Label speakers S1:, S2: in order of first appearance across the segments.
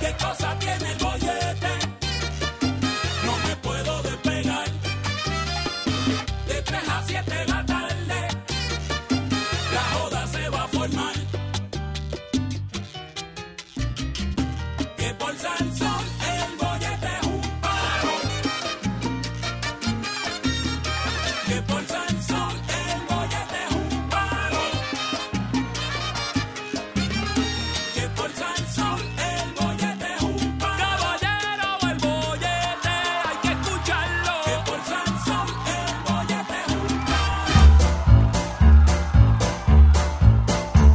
S1: ¿Qué cosa tiene el bollete? No me puedo despegar. De 3 a 7 de la tarde, la joda se va a formar. Que por Sal Sol el bollete es un paro. Que por Sal Sol el bollete es un paro. Que por Sal Sol el bollete es un palo. Caballero el bollete, hay que escucharlo. Que por Sal Sol el bollete es un palo.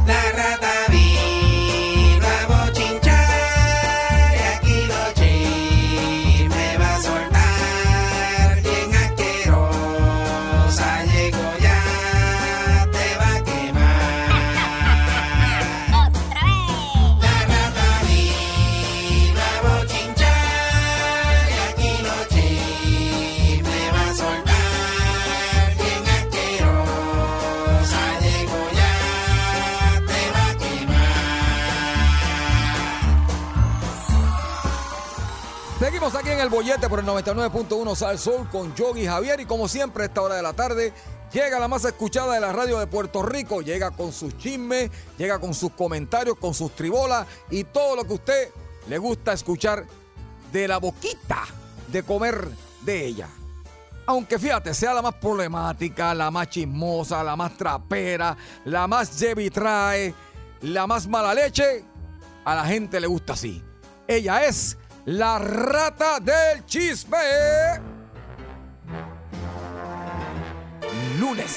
S2: La rata vino a bochinchar y aquí los chismes va a soltar. Bien asquerosa llegó ya, te va a quemar. La rata vino a bochinchar y aquí los chismes va a soltar. Bien asquerosa llegó ya, te va a quemar.
S3: Seguimos aquí en el bollete por el 99.1 Sal Soul con Yogi Javier y como siempre a esta hora de la tarde llega la más escuchada de la radio de Puerto Rico, llega con sus chismes, llega con sus comentarios, con sus tribolas y todo lo que a usted le gusta escuchar de la boquita de comer de ella. Aunque fíjate, sea la más problemática, la más chismosa, la más trapera, la más llevitrae, la más mala leche, a la gente le gusta así. Ella es la rata del chisme. Lunes.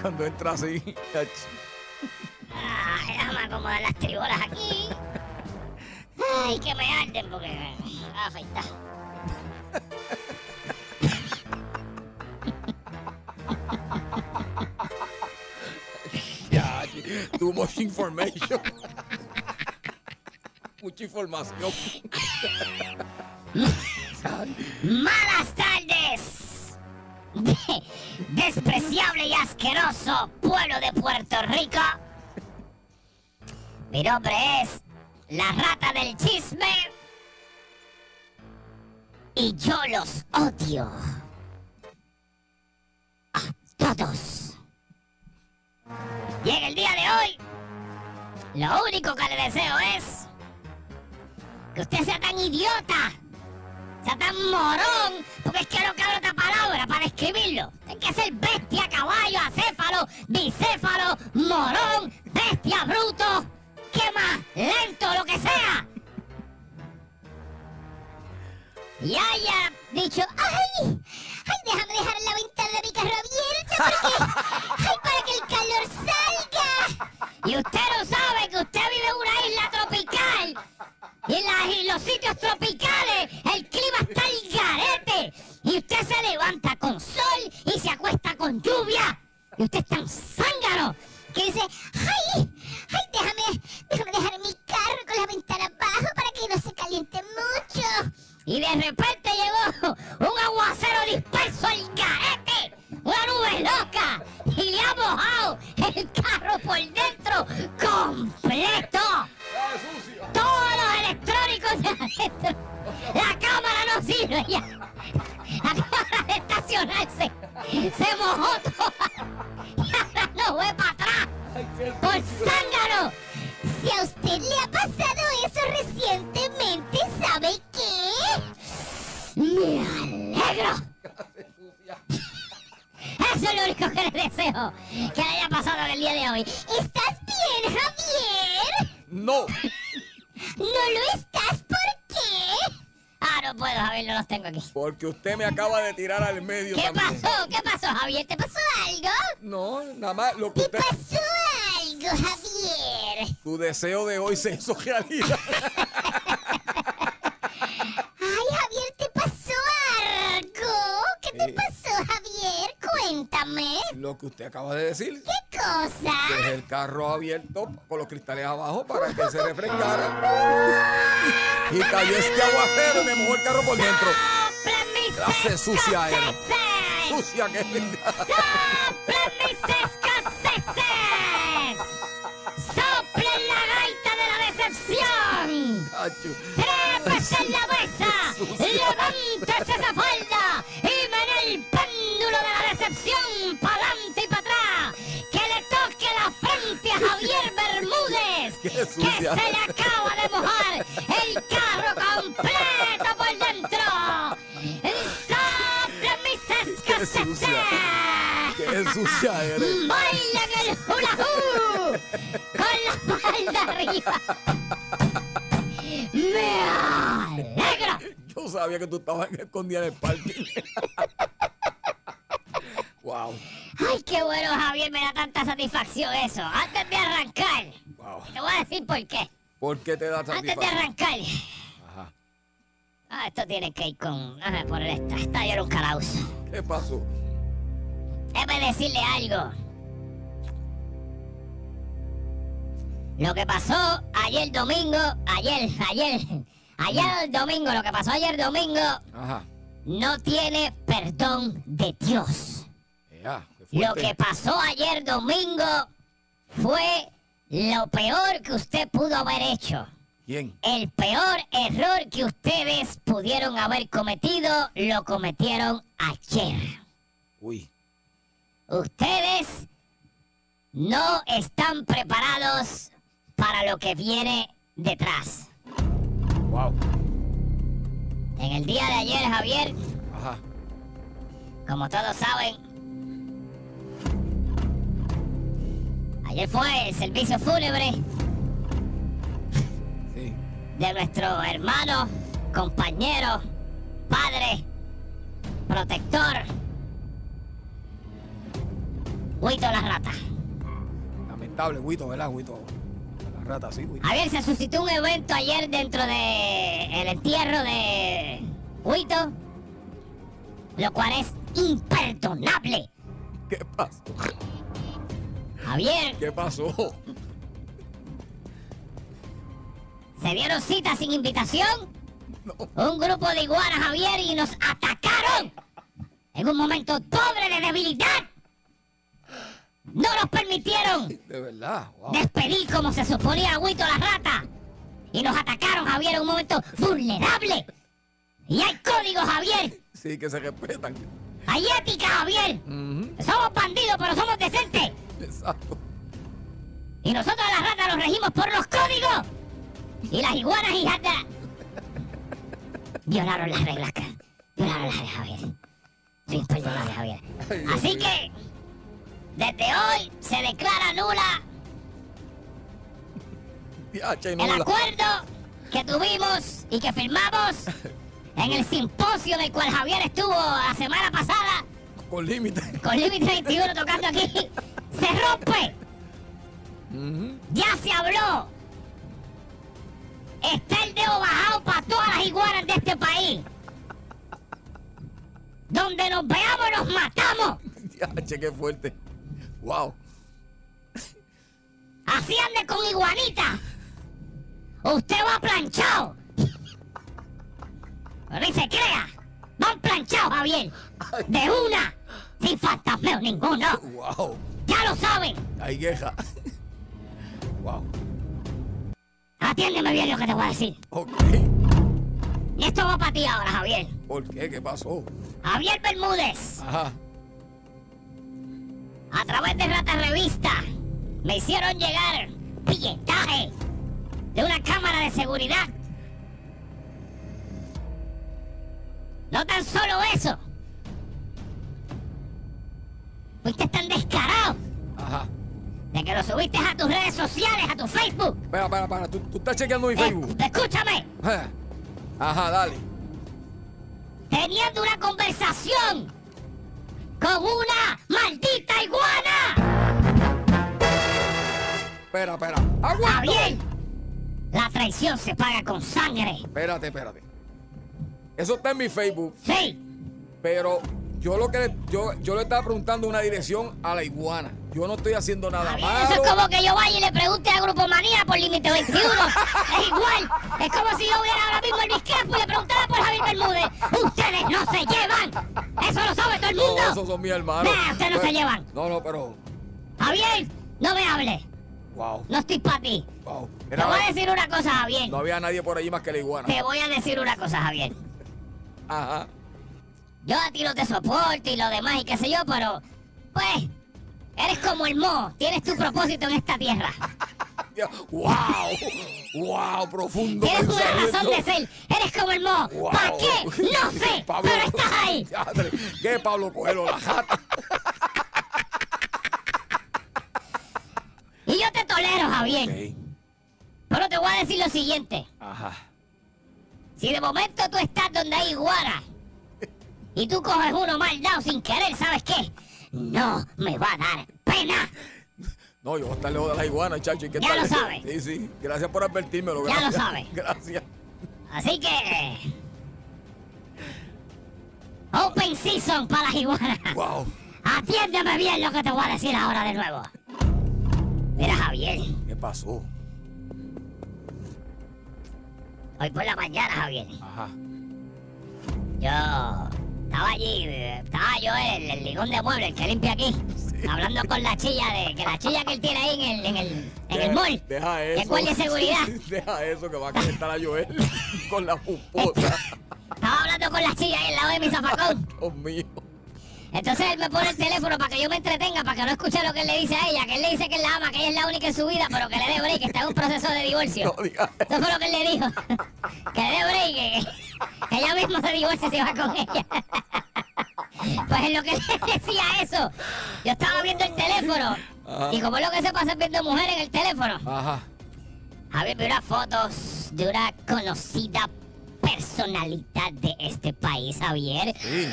S3: Cuando entra así,
S4: Ay, déjame acomodar las tribolas aquí. Ay, que me arden porque ah, afeitá.
S3: ya, too much information. Mucha información.
S4: Malas tardes. Despreciable y asqueroso pueblo de Puerto Rico. Mi nombre es la rata del chisme. Y yo los odio. A todos. Y en el día de hoy, lo único que le deseo es que usted sea tan idiota, sea tan morón, porque es que no cabe otra palabra para describirlo. Hay que ser bestia, caballo, acéfalo, bicéfalo, morón, bestia, bruto, quema, lento, lo que sea. Y haya dicho, ay, ay, déjame dejar la ventana de mi carro abierta porque, ay, para que el calor salga. Y usted no sabe que usted vive en una isla tropical. Y en, las- en los sitios tropicales el clima está al garete. Y usted se levanta con sol y se acuesta con lluvia. Y usted es tan zángano que dice, ¡ay! ¡Ay, déjame, déjame dejar mi carro con la ventana abajo para que no se caliente mucho! Y de repente llegó un aguacero disperso al garete. Una nube loca. Y le ha mojado el carro por dentro completo todos los electrónicos de adentro. La cámara no sirve ya. La cámara de estacionarse se mojó toda. Y ahora no ve para atrás. Por zángano. Si a usted le ha pasado eso recientemente, ¿sabe qué? Me alegro. Eso es lo único que le deseo que le haya pasado en el día de hoy. ¿Estás bien, Javier?
S3: No.
S4: ¿No lo estás por qué? Ah, no puedo, Javier, no los tengo aquí.
S3: Porque usted me acaba de tirar al medio
S4: ¿Qué
S3: también.
S4: pasó? ¿Qué pasó, Javier? ¿Te pasó algo?
S3: No, nada más lo que
S4: ¿Te
S3: usted,
S4: pasó algo, Javier?
S3: tu deseo de hoy se hizo realidad.
S4: Ay, Javier, ¿te pasó algo? ¿Qué te
S3: Eh.
S4: pasó, Javier, cuéntame.
S3: Lo que usted acaba de decir.
S4: ¿Qué cosa?
S3: Dejé el carro abierto con los cristales abajo para que se refrescara. Y cayó este aguacero y me mojó el carro por dentro.
S4: ¡Sopla mi
S3: Clase
S4: sesco,
S3: sucia eh. era.
S4: sesés!
S3: Sucia que es.
S4: ¡Soplan mis escaseces! ¡Soplan la gaita de la decepción!
S3: Chacho.
S4: ¡Trépese en la mesa! ¡Levántese esa falda! ¡Y ven el péndulo de la decepción pa'lante y para atrás! ¡Que le toque la frente a Javier Bermúdez!
S3: Qué
S4: ¡Que se le
S3: sucia.
S4: acaba de mojar el carro completo por dentro! ¡Soplan mis escaseces!
S3: Qué sucia eres.
S4: ¡Bailan el hula hoop! ¡Con la falda arriba! ¡Me alegra!
S3: Yo sabía que tú estabas escondida en el parking. wow,
S4: ¡Ay, qué bueno, Javier! Me da tanta satisfacción eso. Antes de arrancar,
S3: wow.
S4: te voy a decir por qué.
S3: ¿Por qué te da
S4: Antes de
S3: satisfacción?
S4: arrancar.
S3: Ajá.
S4: Ah, esto tiene que ir con. ah, Déjame poner esta. Esta yo nunca la uso.
S3: ¿Qué pasó?
S4: Déjame decirle algo. Lo que pasó ayer domingo, ayer, ayer, ayer domingo, lo que pasó ayer domingo,
S3: Ajá.
S4: no tiene perdón de Dios.
S3: Ya, qué
S4: Lo
S3: fuerte.
S4: que pasó ayer domingo fue lo peor que usted pudo haber hecho.
S3: ¿Quién?
S4: El peor error que ustedes pudieron haber cometido lo cometieron ayer.
S3: Uy.
S4: Ustedes no están preparados para lo que viene detrás.
S3: Wow.
S4: En el día de ayer, Javier,
S3: Ajá.
S4: como todos saben, ayer fue el servicio fúnebre
S3: Sí.
S4: de nuestro hermano, compañero, padre, protector, Huito la Rata.
S3: Lamentable, Guito, ¿verdad, Guito? La rata, sí, Guito.
S4: Javier, se suscitó un evento ayer dentro de el entierro de Huito, lo cual es imperdonable.
S3: ¿Qué pasó?
S4: Javier,
S3: ¿Qué pasó?
S4: se dieron cita sin invitación. Un grupo de iguanas, Javier, y nos atacaron. En un momento pobre de debilidad. No nos permitieron
S3: De verdad, wow.
S4: despedir como se suponía a Huito la rata. Y nos atacaron, Javier, en un momento vulnerable. Y hay códigos, Javier,
S3: Sí, que se respetan.
S4: ¡Hay ética, Javier!
S3: Ujú,
S4: Somos bandidos, pero somos decentes.
S3: Exacto.
S4: Y nosotros las ratas nos regimos por los códigos. Y las iguanas y ratas violaron las reglas. ca- Violaron las reglas, Javier. Soy imperdonable, Javier.
S3: Ay, Dios
S4: Así
S3: mío.
S4: que, desde hoy se declara nula
S3: Diache, y no
S4: el
S3: me la-
S4: acuerdo que tuvimos y que firmamos en el simposio del cual Javier estuvo la semana pasada.
S3: Con límite.
S4: con Límite 21 tocando aquí, se rompe.
S3: Ujú.
S4: Ya se habló. Está el dedo bajado para todas las iguanas de este país. Donde nos veamos nos matamos.
S3: Diache, qué fuerte. Wow.
S4: Así ande con iguanita. Usted va planchado. Ni se crea. Van planchados, Javier. De una. Sin fantasmeo ninguno.
S3: Wow.
S4: Ya lo saben.
S3: Hay queja. Wow.
S4: Atiéndeme bien lo que te voy a decir.
S3: Ok.
S4: Y esto va para ti ahora, Javier.
S3: ¿Por qué? ¿Qué pasó?
S4: Javier Bermúdez,
S3: Ajá.
S4: a través de Rata Revista, me hicieron llegar billetaje de una cámara de seguridad. No tan solo eso. Fuiste tan descarado
S3: Ajá.
S4: de que lo subiste a tus redes sociales, a tu Facebook.
S3: Espera, para, para. ¿Tú, tú estás chequeando mi
S4: Eh,
S3: Facebook?
S4: escúchame,
S3: Ajá. Ajá, dale.
S4: teniendo una conversación con una maldita iguana.
S3: Espera, espera. ¡Agua!
S4: Javier, la traición se paga con sangre.
S3: Espérate, espérate. Eso está en mi Facebook,
S4: Sí,
S3: pero yo lo que le, yo, yo le estaba preguntando una dirección a la iguana. Yo no estoy haciendo nada
S4: Bien, Eso
S3: malo.
S4: es como que yo vaya y le pregunte a Grupo Manía por Límite 21. es igual. Es como si yo hubiera ahora mismo el Vizcampo y le preguntara por Javier Bermúdez. Ustedes no se llevan. Eso lo sabe todo el
S3: No,
S4: mundo.
S3: esos son mis hermanos.
S4: Nah, ustedes no
S3: Pero-
S4: se llevan.
S3: No, no, pero.
S4: Javier, no me hable.
S3: Wow,
S4: No estoy para ti.
S3: wow.
S4: Te
S3: Era-
S4: voy a decir una cosa, Javier.
S3: no había nadie por allí más que la iguana.
S4: Te voy a decir una cosa, Javier.
S3: Ajá.
S4: Yo a ti no te soporto y lo demás y qué sé yo, pero pues eres como el Mo, tienes tu propósito en esta tierra.
S3: Ya, Wow, wow, profundo.
S4: Tienes una
S3: pensamiento.
S4: razón de ser, eres como el Mo.
S3: Wow.
S4: ¿Para qué? No sé,
S3: Pablo-
S4: pero estás ahí.
S3: Diadre, ¿Qué Pablo Coelho? La jata.
S4: Y yo te tolero, Javier.
S3: Ok,
S4: Pero te voy a decir lo siguiente.
S3: Ajá.
S4: Si de momento tú estás donde hay iguana y tú coges uno mal dado sin querer, ¿sabes qué? No me va a dar pena.
S3: No, yo voy a estar lejos de la iguana, chacho. ¿y qué
S4: Ya
S3: tal?
S4: lo sabe.
S3: Sí, sí. Gracias por advertírmelo.
S4: Ya lo
S3: gracias.
S4: sabe.
S3: Gracias.
S4: Así que... eh, Open season para las iguanas.
S3: Wow.
S4: Atiéndeme bien lo que te voy a decir ahora de nuevo. Mira, Javier.
S3: ¿Qué pasó?
S4: Hoy por la mañana, Javier.
S3: Ajá.
S4: Yo estaba allí, eh, estaba yo el, el ligón de muebles, el que limpia aquí. Hablando con la chilla de que la chilla que él tiene ahí en el, en el, en el
S3: Deja-
S4: mall.
S3: Deja
S4: que
S3: eso.
S4: es guardia de seguridad.
S3: Deja eso que va a conectar a Joel con la pupota.
S4: Estaba hablando con la chilla ahí al lado de mi zafacón.
S3: Dios mío.
S4: Entonces él me pone el teléfono para que yo me entretenga, para que no escuche lo que él le dice a ella, que él le dice que él la ama, que ella es la única en su vida, pero que le dé break, que está en un proceso de divorcio.
S3: No digas.
S4: Eso fue lo que él le dijo. Que le dé break, que- que ella misma se divorcia y se va con ella. Pues en lo que le decía eso, yo estaba viendo el teléfono.
S3: Ajá.
S4: Y como es lo que se pasa viendo mujeres en el teléfono,
S3: Ajá.
S4: Javier vi unas fotos de una conocida personalidad de este país, Javier.
S3: Sí.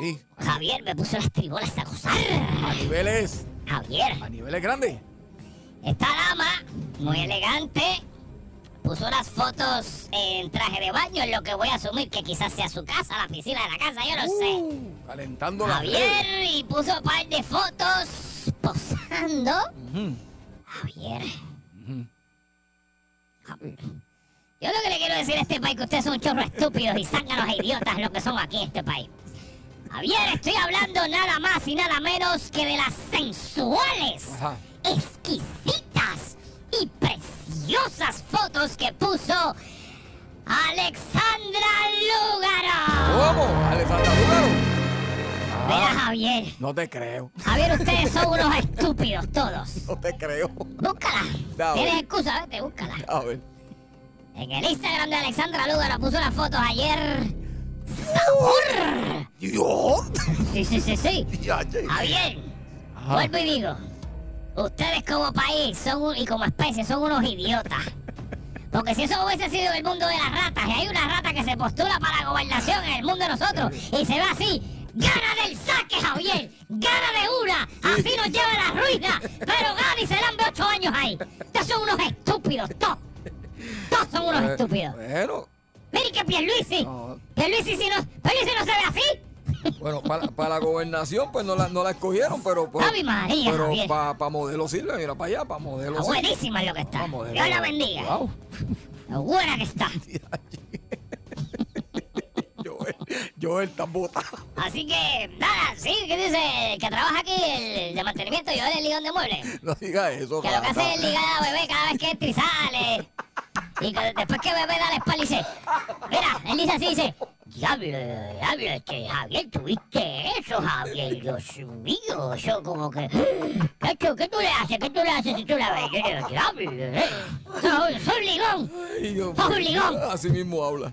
S3: Sí.
S4: Javier me puso las tribolas a gozar.
S3: A niveles.
S4: Javier,
S3: A niveles grandes.
S4: esta dama, muy elegante, puso unas fotos en traje de baño, en lo que voy a asumir que quizás sea su casa, la piscina de la casa, yo no sé.
S3: Uh, calentando la
S4: Javier, y puso un par de fotos posando. Javier. Javier. Yo lo que le quiero decir a este país es que ustedes son chorros estúpidos y zánganos e idiotas lo que son aquí en este país. Javier, estoy hablando nada más y nada menos que de las sensuales,
S3: Ajá.
S4: exquisitas y preciosas fotos que puso Alexandra Lúgaro.
S3: ¿Cómo? Alessandra Lugaro.
S4: Mira, Javier.
S3: No te creo.
S4: Javier, ustedes son unos estúpidos todos.
S3: No te creo.
S4: Búscala.
S3: Dale.
S4: Tienes excusa, vete, búscala.
S3: A ver.
S4: En el Instagram de Alexandra Lúgaro puso unas fotos ayer. ¡Sabor!
S3: ¿Yo?
S4: Sí, sí, sí, sí.
S3: Ya, che.
S4: Javier,
S3: Ajá.
S4: Ah, vuelvo y digo. Ustedes como país son un- y como especie son unos idiotas. Porque si eso hubiese sido el mundo de las ratas, y hay una rata que se postula para la gobernación en el mundo de nosotros y se va así, gana del saque, Javier, gana de una, así nos lleva a la ruina, pero gana y se dan de ocho años ahí. Ustedes son unos estúpidos, todos. Todos son unos
S3: Eh,
S4: estúpidos.
S3: Bueno,
S4: Miren que Pierluisi,
S3: No.
S4: Pierluisi si no, Pierluisi no se ve así.
S3: bueno para, para la gobernación, pues no la, no la escogieron, pero. pues pero-
S4: Ave María,
S3: pero
S4: Javier.
S3: para modelo sirve, mira para allá, para modelo
S4: Está
S3: sirve.
S4: buenísima en lo que está.
S3: Pa'
S4: Dios
S3: modelo.
S4: la bendiga.
S3: Wow.
S4: Lo buena que está.
S3: Joel, Joel tan botado.
S4: Así que, nada, sí, que dice el que trabaja aquí, el de mantenimiento, yo el ligón de muebles.
S3: No digas eso,
S4: Que lo que
S3: rata.
S4: hace es ligar a bebé cada vez que entra y sale. Y que después que bebé da la espalda y dice, mira, él dice así, dice, diablo, diablo, este Javier, ¿tuviste eso, Javier? Dios mío, eso como que, ¿qué tú, qué tú le haces? ¿Qué tú le haces si tú la ves? Yo digo, diablo, eh, sos- sos un ligón.
S3: Ay, Dios
S4: ¡Sos
S3: mío.
S4: un ligón!
S3: Así mismo habla.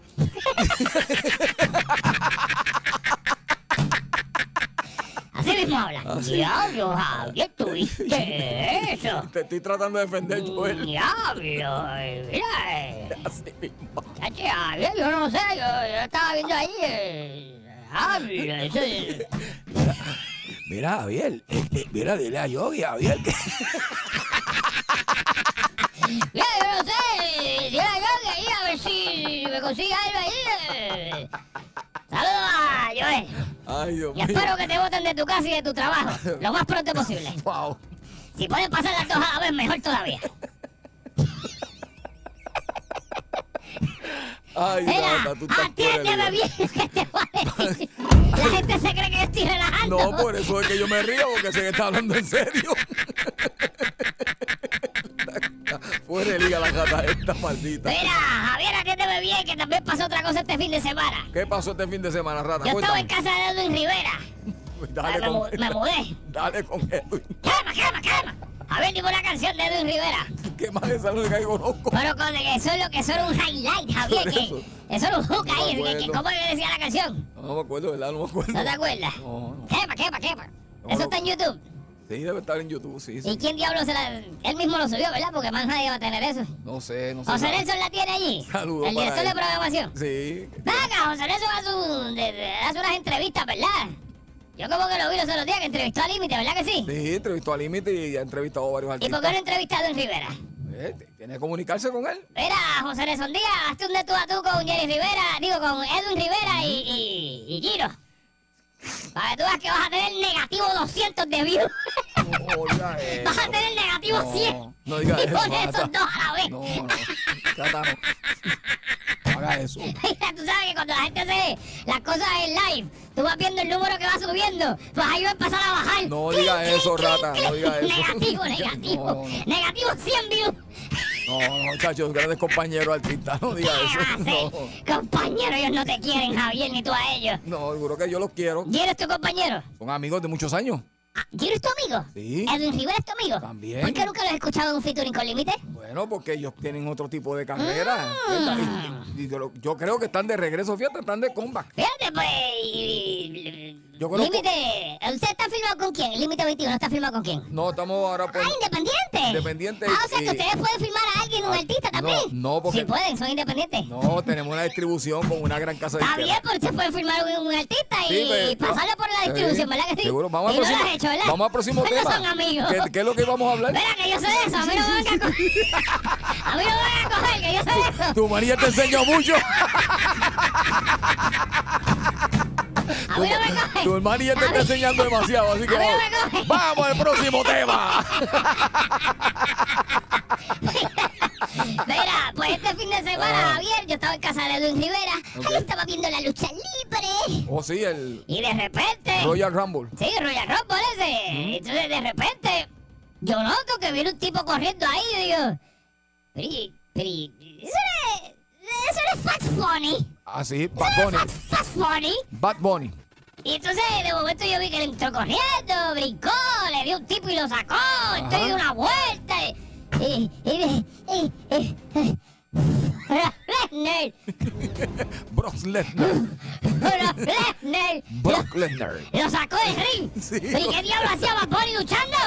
S4: Así mismo
S3: Ah,
S4: habla. Diablo, Javier, ¿tuviste eso?
S3: Te estoy tratando de defender,
S4: Mm.
S3: Joel.
S4: Diablo, eh, mira, eh,
S3: Así mismo.
S4: chacho, Javier, yo no sé, yo, yo estaba viendo ahí, eh, Diablo, eso es-
S3: Mira, Javier, este, mira, dile a Yogi, Javier, que
S4: mira, yo no sé, eh, mira yo que ahí a ver si me consigue algo ahí. eh. Saludos a Joel.
S3: Ay, Dios mío.
S4: Y espero que te voten de tu casa y de tu trabajo lo más pronto posible.
S3: Wow.
S4: Si pueden pasar las dos a la vez, mejor todavía.
S3: Ay,
S4: Mira,
S3: Tata, tú estás fuera de
S4: atiéndeme
S3: lugar.
S4: bien que te voy a decir. La gente se cree que yo estoy relajando.
S3: No, por eso es que yo me río, porque sé que está hablando en serio. Fuera de liga la gata esta maldita.
S4: Mira, Javier, atiéndeme bien que también pasó otra cosa este fin de semana.
S3: ¿Qué pasó este fin de semana, rata?
S4: Yo estaba
S3: Cuéntame. Ah,
S4: en casa de Edwin Rivera.
S3: Dale
S4: me, mu-
S3: con
S4: me mudé.
S3: Dale con Edwin.
S4: ¡Calma, calma, calma! Javier, dime una canción de Edwin Rivera.
S3: ¿Qué más de salud que conozco?
S4: Pero con que eso es lo que eso era un highlight, Javier.
S3: Por
S4: Que,
S3: eso.
S4: eso era un hook ahí.
S3: No me
S4: que- que-
S3: acuerdo.
S4: ¿Cómo le decía la canción?
S3: No me acuerdo, ¿verdad? No me acuerdo.
S4: ¿No te acuerdas?
S3: No, no.
S4: Quema, quema, quema.
S3: No,
S4: Eso
S3: no.
S4: está en YouTube.
S3: Sí, debe estar en YouTube, sí,
S4: ¿Y
S3: sí.
S4: quién diablo se la.? Él mismo lo subió, ¿verdad? Porque más nadie va a tener eso.
S3: No sé, no sé.
S4: José Nelson la tiene allí.
S3: Saludos
S4: El
S3: para
S4: director de
S3: él.
S4: programación.
S3: Sí.
S4: Venga, José Nelson hace, un- de- de- hace unas entrevistas, ¿verdad? Yo como que lo vi los otros días que entrevistó a Límite, ¿verdad que sí?
S3: Sí, entrevistó a Límite y ha entrevistado a varios
S4: ¿Y por qué no
S3: artistas.
S4: entrevistado en Rivera?
S3: Eh, tiene que comunicarse con él.
S4: Mira, José Nelson Díaz, hazte un de tú a tú con Jerry Rivera, digo, con Edwin Rivera y, y, y Giro. Para que tú veas que vas a tener negativo 200 de views.
S3: Hola, eh.
S4: Vas a tener negativo 100.
S3: no diga
S4: y
S3: eso,
S4: con
S3: Marta.
S4: esos dos a la vez.
S3: No, no. Tata, no. No haga eso.
S4: Mira, tú sabes que cuando la gente hace las cosas en live, tú vas viendo el número que va subiendo, pues ahí va a empezar a bajar.
S3: No diga eso, rata, no diga eso.
S4: Negativo, negativo.
S3: No, no.
S4: Negativo 100 views.
S3: No, no, chachos, grandes compañeros artistas, no diga
S4: ¿Qué vas a hacer?
S3: eso.
S4: Compañero, ellos no te quieren, Javier, ni tú a ellos.
S3: No, no, seguro que yo los quiero.
S4: ¿Quién es tu compañero?
S3: Son amigos de muchos años.
S4: Ah, ¿Giro es tu amigo?
S3: Sí.
S4: ¿Edwin Rivera es tu amigo?
S3: También.
S4: ¿Por qué nunca lo has escuchado en un featuring con límite?
S3: Bueno, porque ellos tienen otro tipo de carrera.
S4: Ah.
S3: ¿entiendes? Y- y- y yo, lo- yo creo que están de regreso, fíjate, están de comeback.
S4: Fíjate, pues. y- y-
S3: Yo conozco-
S4: Límite. ¿Usted está firmado con quién? Límite 21 está firmado con quién?
S3: No, estamos ahora por...
S4: Ah, independiente.
S3: Pues, Independiente
S4: Ah, o sea que
S3: y-
S4: ustedes pueden firmar a alguien, un
S3: Ah,
S4: artista
S3: no,
S4: también.
S3: no, porque-
S4: Si pueden, son independientes.
S3: No, tenemos una distribución con una gran casa de
S4: Está bien,
S3: disquera.
S4: porque ustedes pueden firmar un, un artista y,
S3: Sí, pero-
S4: y pasarlo por la distribución,
S3: Sí,
S4: ¿verdad que sí?
S3: Seguro, vamos al
S4: y no
S3: próximo,
S4: lo has hecho, ¿verdad?
S3: Vamos al próximo
S4: Pues
S3: tema.
S4: No son amigos.
S3: ¿Qué, qué es lo que vamos a hablar?
S4: Espera, que yo sé de eso. A mí no me vengan a coger. A mí no me vengan a coger, que yo sé de eso.
S3: Tu María te enseña mucho.
S4: A mí no me cogen.
S3: Tu hermana ya te
S4: A
S3: está
S4: mí-
S3: enseñando demasiado, así que
S4: A mí no
S3: vamos,
S4: me cogen.
S3: vamos al próximo tema.
S4: Mira, pues este fin de semana, Javier, yo estaba en casa de Edwin Rivera.
S3: Ah. Ok.
S4: Ahí estaba viendo la lucha libre.
S3: Oh, sí, el
S4: Y de repente.
S3: Royal Rumble.
S4: Sí, Royal Rumble ese. Entonces, de repente, yo noto que viene un tipo corriendo ahí. Y digo, pero, y- pero, y- eso no es. Eso no es Fat Funny.
S3: Así, Ah, Bad
S4: Eso no
S3: Bunny.
S4: es Fat, Fat Funny.
S3: Bad Bunny.
S4: Y entonces, de momento, yo vi que él entró corriendo, brincó, le dio un tipo y lo sacó. Entonces, dio una vuelta. Y. y, y, y, y- y- Brock Lesnar,
S3: Brock Lesnar.
S4: Brock Lesnar,
S3: Brock Lesnar.
S4: lo sacó del ring.
S3: Sí.
S4: ¿Pero ¿Y qué diablo hacía Bad Bunny luchando?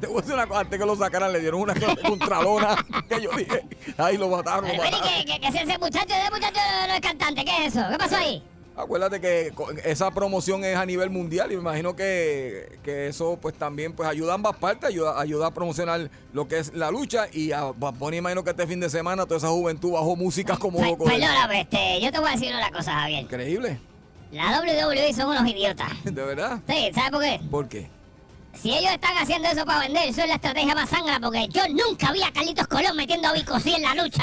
S3: Te voy a decir una cosa, antes que lo sacaran le dieron una contralona que yo dije, ay, lo mataron, lo
S4: Pero ven y
S3: mataron.
S4: que, que, que ese- ese muchacho, ese muchacho no, no es cantante, ¿qué es eso? ¿Qué pasó ahí?
S3: Acuérdate que co- esa promoción es a nivel mundial y me imagino que, que eso pues también pues ayuda a ambas partes, ayuda, ayuda a promocionar lo que es la lucha y a Bad Bunny imagino que este fin de semana toda esa juventud bajó músicas como
S4: Pe-
S3: loco. de-
S4: Perdóname, este, yo te voy a decir una cosa, Javier.
S3: Increíble,
S4: La WWE son unos idiotas.
S3: de verdad.
S4: Sí, ¿sabes por qué?
S3: ¿Por qué?
S4: Si ellos están haciendo eso para vender, eso es la estrategia más sangra, porque yo nunca vi a Carlitos Colón metiendo a Bicosí en la lucha.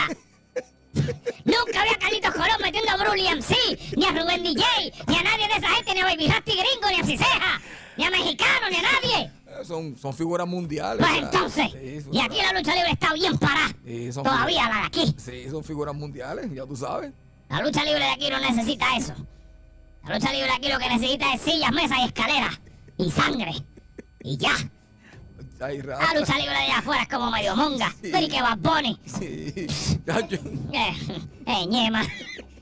S4: Nunca vi a Carlitos Colón metiendo a Brully MC, ni a Rubén DJ, ni a nadie de esa gente, ni a Baby Rasty Gringo, ni a Ciseja, ni a Mexicano, ni a nadie.
S3: Eh, Son, son figuras mundiales.
S4: Pues
S3: ¿verdad?
S4: entonces,
S3: Sí, son-
S4: y aquí la lucha libre está bien parada.
S3: Sí, son-
S4: Todavía la de aquí.
S3: Sí, son figuras mundiales, ya tú sabes.
S4: La lucha libre de aquí no necesita eso. La lucha libre de aquí lo que necesita es sillas, mesas y escaleras. Y sangre. Y ya.
S3: Ay,
S4: La
S3: rata.
S4: lucha libre de allá afuera es como medio monga.
S3: Sí.
S4: Pero y que Bad Bunny.
S3: Sí. Chacho.
S4: Eh, eh, ñema.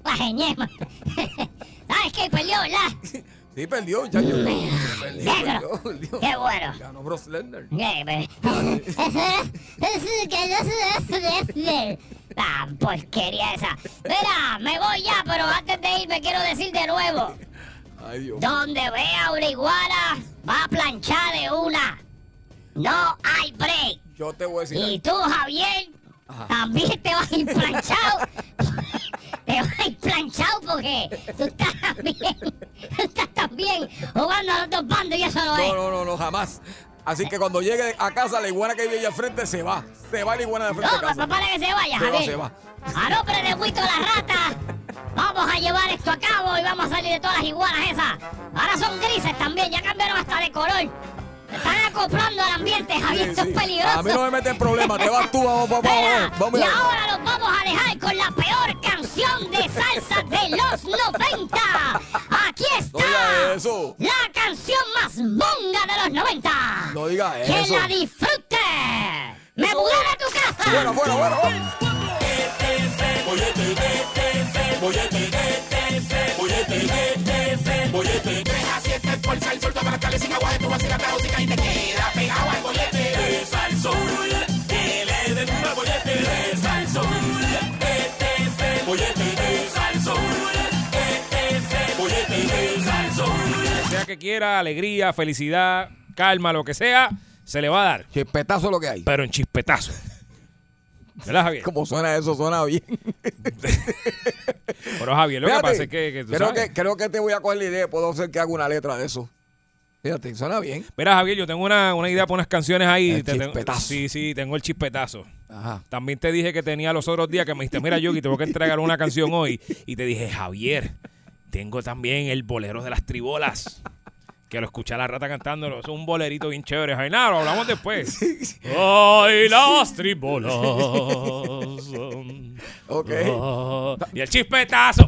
S4: La ñema. ¿Sabes qué? Perdió, ¿verdad?
S3: Sí, perdió, ya yo. Perdió,
S4: Negro.
S3: perdió, perdió.
S4: Qué bueno.
S3: Ganó Brock Lesnar.
S4: Eh, pero- La porquería esa. Mira, me voy ya, pero antes de irme quiero decir de nuevo.
S3: Ay, Dios.
S4: Donde vea una iguana, va a planchar de una. No hay break.
S3: Yo te voy a decir.
S4: Y tú, Javier,
S3: Ajá.
S4: también te vas a ir planchado. te te vas a ir planchado porque tú estás bien, tú estás también jugando a los dos bandos y eso no, es.
S3: No, no, no, no, jamás. Así que cuando llegue a casa, la iguana que vive allá al frente se va. Se va la iguana de frente
S4: No,
S3: a
S4: pa-
S3: casa.
S4: pa- para que se vaya,
S3: Se va,
S4: Javier.
S3: se va.
S4: A nombre de Huito la Rata, vamos a llevar esto a cabo y vamos a salir de todas las iguanas esas. Ahora son grises también, ya cambiaron hasta de color. Están acoplando al ambiente, Javier,
S3: Sí,
S4: esto
S3: sí.
S4: es peligroso.
S3: A mí no me meten problemas. Te vas tú, vamos, vamos,
S4: Espera,
S3: vamos. vamos
S4: y
S3: ya.
S4: ahora los vamos a dejar con la peor canción de salsa de los 90. Aquí está
S3: No diga eso.
S4: la canción más bonga de los 90.
S3: No diga
S4: que
S3: eso.
S4: la disfrute. Me
S3: Eso.
S4: mudé a tu casa.
S3: Fuera, fuera, fuera, fuera.
S5: Sea que quiera, alegría, felicidad, calma, lo que sea, se le va a dar.
S3: Chispetazo lo que hay.
S5: Pero en chispetazo. ¿Verdad, Javier?
S3: Como suena eso, suena bien.
S5: Pero Javier, lo que
S3: Fíjate,
S5: pasa es que, que tú
S3: creo,
S5: sabes.
S3: que, creo que te voy a coger la idea. Puedo hacer que haga una letra de eso. Fíjate, suena bien.
S5: Mira, Javier, yo tengo una, una idea para unas canciones ahí.
S3: El
S5: Te tengo-
S3: chispetazo.
S5: sí, sí, tengo el chispetazo.
S3: Ajá.
S5: También te dije que tenía los otros días que me dijiste, mira, Yogi, tengo que entregar una canción hoy. Y te dije, Javier, tengo también el bolero de las tribolas. Que lo escuché a la rata cantándolo. Es un bolerito bien chévere. Javier, nada, lo hablamos después. Ay, las tribolas.
S3: Ok.
S5: Y el chispetazo,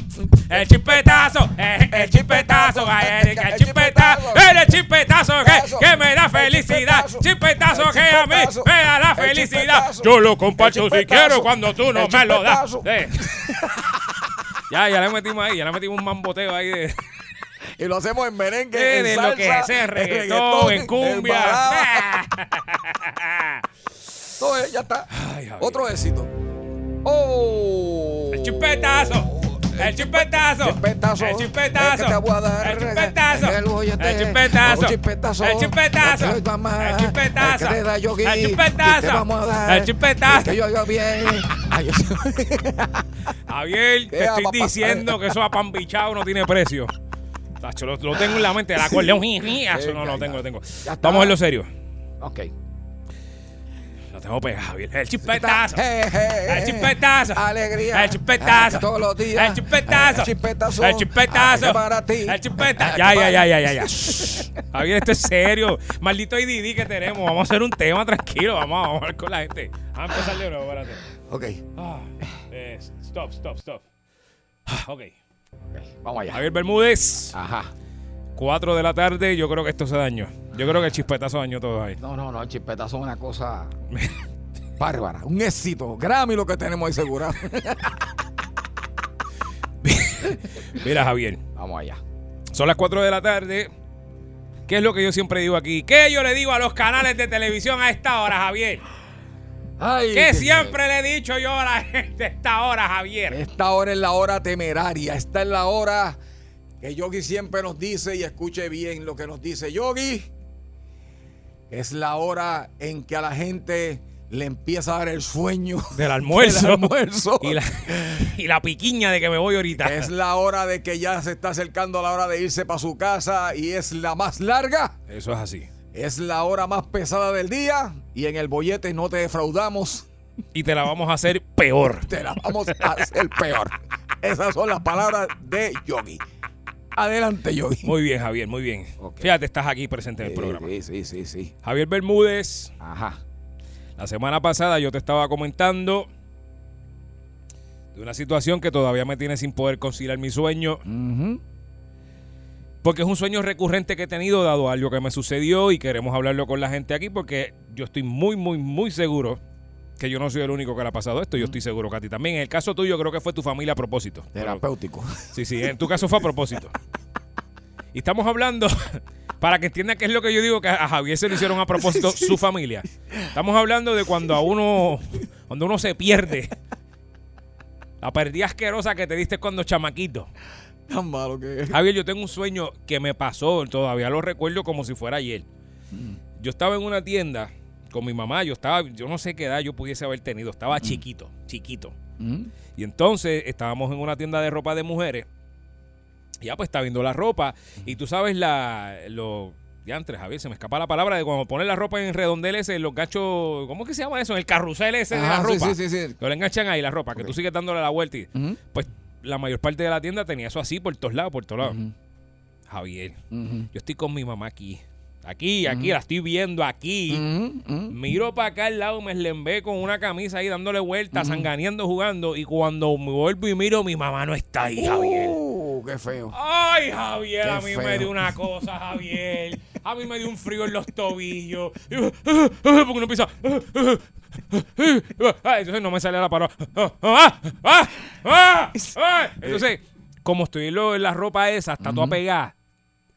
S5: el chispetazo, eh, el, el chispetazo, el, el chispetazo, el chispetazo que, que me da felicidad, chispetazo que a mí me da la felicidad. Yo lo comparto si quiero cuando tú no me lo das. Eh. Ya, ya le metimos ahí, ya le metimos un mamboteo ahí de,
S3: Y lo hacemos en merengue,
S5: de,
S3: en
S5: de
S3: salsa,
S5: lo que es en
S3: en
S5: reggaetón, en
S3: en balada.
S5: cumbia.
S3: Todo es- ya está.
S5: Ay, Javier.
S3: Otro éxito. ¡Oh!
S5: El chispetazo. El chispetazo.
S3: Chispetazo,
S5: El chispetazo.
S3: el que te voy a dar,
S5: el chispetazo.
S3: el bollete,
S5: el chispetazo.
S3: un chispetazo,
S5: El chispetazo.
S3: el que te va a
S5: El
S3: amar,
S5: chispetazo.
S3: el que te da Yogi, y te
S5: El
S3: vamos a
S5: chispetazo.
S3: dar,
S5: El chispetazo.
S3: Que yo haga bien. Ay, yo-
S5: Javier, te
S3: Vea,
S5: estoy
S3: papá.
S5: diciendo que eso apambichado no tiene precio. Tacho, lo, lo tengo en la mente. El acordeón. Eso no lo
S3: ya.
S5: tengo, lo tengo.
S3: Ya está.
S5: Vamos a verlo serio.
S3: ok.
S5: Lo tengo pegado, Javier. El chispetazo.
S3: Eh, eh,
S5: El chispetazo.
S3: Alegría.
S5: El chispetazo.
S3: Todos los días.
S5: El chispetazo.
S3: El chispetazo.
S5: El chispetazo.
S3: Ah, para ti.
S5: El chispetazo.
S3: Ah,
S5: Ya, ya,
S3: para-
S5: ya, ya, ya, ya. Shh. Javier, esto es serio. Maldito IDD que tenemos. Vamos a hacer un tema tranquilo. Vamos, vamos a hablar con la gente. Vamos a empezar de nuevo, espérate.
S3: Ok,
S5: Ah, eh, stop, stop, stop. Ah, Ok.
S3: vamos allá.
S5: Javier Bermúdez,
S3: Ajá.
S5: 4 de la tarde. Yo creo que esto se dañó. Yo creo que el chispetazo dañó todo ahí.
S3: No, no, no, el chispetazo es una cosa bárbara. Un éxito. Grammy lo que tenemos ahí seguro.
S5: Mira, Javier.
S3: vamos allá.
S5: Son las 4 de la tarde. ¿Qué es lo que yo siempre digo aquí? ¿Qué yo le digo a los canales de televisión a esta hora, Javier?
S3: Ay,
S5: ¿Qué
S3: qué-
S5: siempre le he dicho yo a la gente a esta hora, Javier?
S3: Esta hora es la hora temeraria. Esta es la hora que Yogi siempre nos dice y escuche bien lo que nos dice Yogi. Es la hora en que a la gente le empieza a dar el sueño
S5: Del almuerzo.
S3: del almuerzo.
S5: Y la, y la piquiña de que me voy ahorita.
S3: Es la hora de que ya se está acercando la hora de irse para su casa y es la más larga.
S5: Eso es así.
S3: Es la hora más pesada del día y en el bollete no te defraudamos.
S5: Y te la vamos a hacer peor.
S3: Te la vamos a hacer peor. Esas son las palabras de Yogi. Adelante, Yogi.
S5: Muy bien, Javier, muy bien.
S3: Ok. Eh,
S5: Fíjate, estás aquí presente en el programa.
S3: Sí, sí, sí, sí.
S5: Javier Bermúdez,
S3: Ajá.
S5: la semana pasada yo te estaba comentando de una situación que todavía me tiene sin poder conciliar mi sueño. Porque es un sueño recurrente que he tenido dado algo que me sucedió y queremos hablarlo con la gente aquí porque yo estoy muy, muy, muy seguro que yo no soy el único que le ha pasado esto. Yo estoy seguro que a ti también. En el caso tuyo creo que fue tu familia a propósito.
S3: Terapéutico.
S5: Sí, sí, en tu caso fue a propósito. Y estamos hablando, para que entiendan qué es lo que yo digo, que a Javier se lo hicieron a propósito su familia. Estamos hablando de cuando a uno, cuando uno se pierde. La perdida asquerosa que te diste cuando chamaquito.
S3: Tan malo que es.
S5: Javier, yo tengo un sueño que me pasó, todavía lo recuerdo como si fuera ayer.
S3: Mm.
S5: Yo estaba en
S3: Mm.
S5: una tienda con mi mamá, yo estaba, yo no sé qué edad yo pudiese haber tenido, estaba chiquito, chiquito. Y entonces estábamos en una tienda de ropa de mujeres. y Ya pues está viendo la ropa. Y tú sabes la. Lo, diantres, Javier, se me escapa la palabra de cuando ponen la ropa en redondel ese, en los gachos. ¿Cómo es que se llama eso? En el carrusel ese de la
S3: Ajá, sí,
S5: ropa.
S3: sí, sí, sí.
S5: Que le enganchan ahí la ropa, que tú sigues dándole la vuelta. y-
S3: Ujú.
S5: Pues la mayor parte de la tienda tenía eso así por todos lados, por todos lados.
S3: Ujú.
S5: Javier,
S3: Ujú.
S5: yo estoy con mi mamá aquí. Aquí, aquí, la estoy viendo aquí.
S3: Ujú, ujú.
S5: Miro para acá al lado, me eslembé con una camisa ahí dándole vueltas, sanganeando, jugando. Y cuando me vuelvo y miro, mi mamá no está ahí, Javier.
S3: Uh, qué feo.
S5: Ay, Javier,
S3: Qué
S5: a mí me
S3: feo.
S5: dio una cosa, Javier. A mí me dio un frío en los tobillos. Y, uh, uh, uh, Porque uno empieza. uh, uh, uh, uh, ah, Entonces no me sale la palabra. Ah, ah, ah, ah, ah. Entonces, como estoy en lo- en la ropa esa, está toda pegada.
S3: Mm.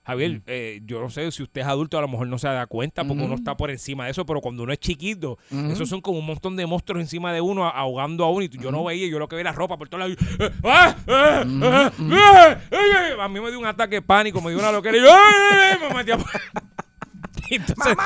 S5: Javier, eh, yo no sé si usted es adulto, a lo mejor no se da cuenta porque uno está por encima de eso, pero cuando uno es chiquito,
S3: Mm.
S5: esos son como un montón de monstruos encima de uno a- ahogando a uno. Y tú-
S3: Mm.
S5: yo no veía, yo lo que veía era ropa por todos lados. y, eh, ah, eh, eh,
S3: mm.
S5: eh, eh, eh. A mí me dio un ataque de pánico, me dio una loquera y yo eh, eh, eh, me metí a- Y Entonces,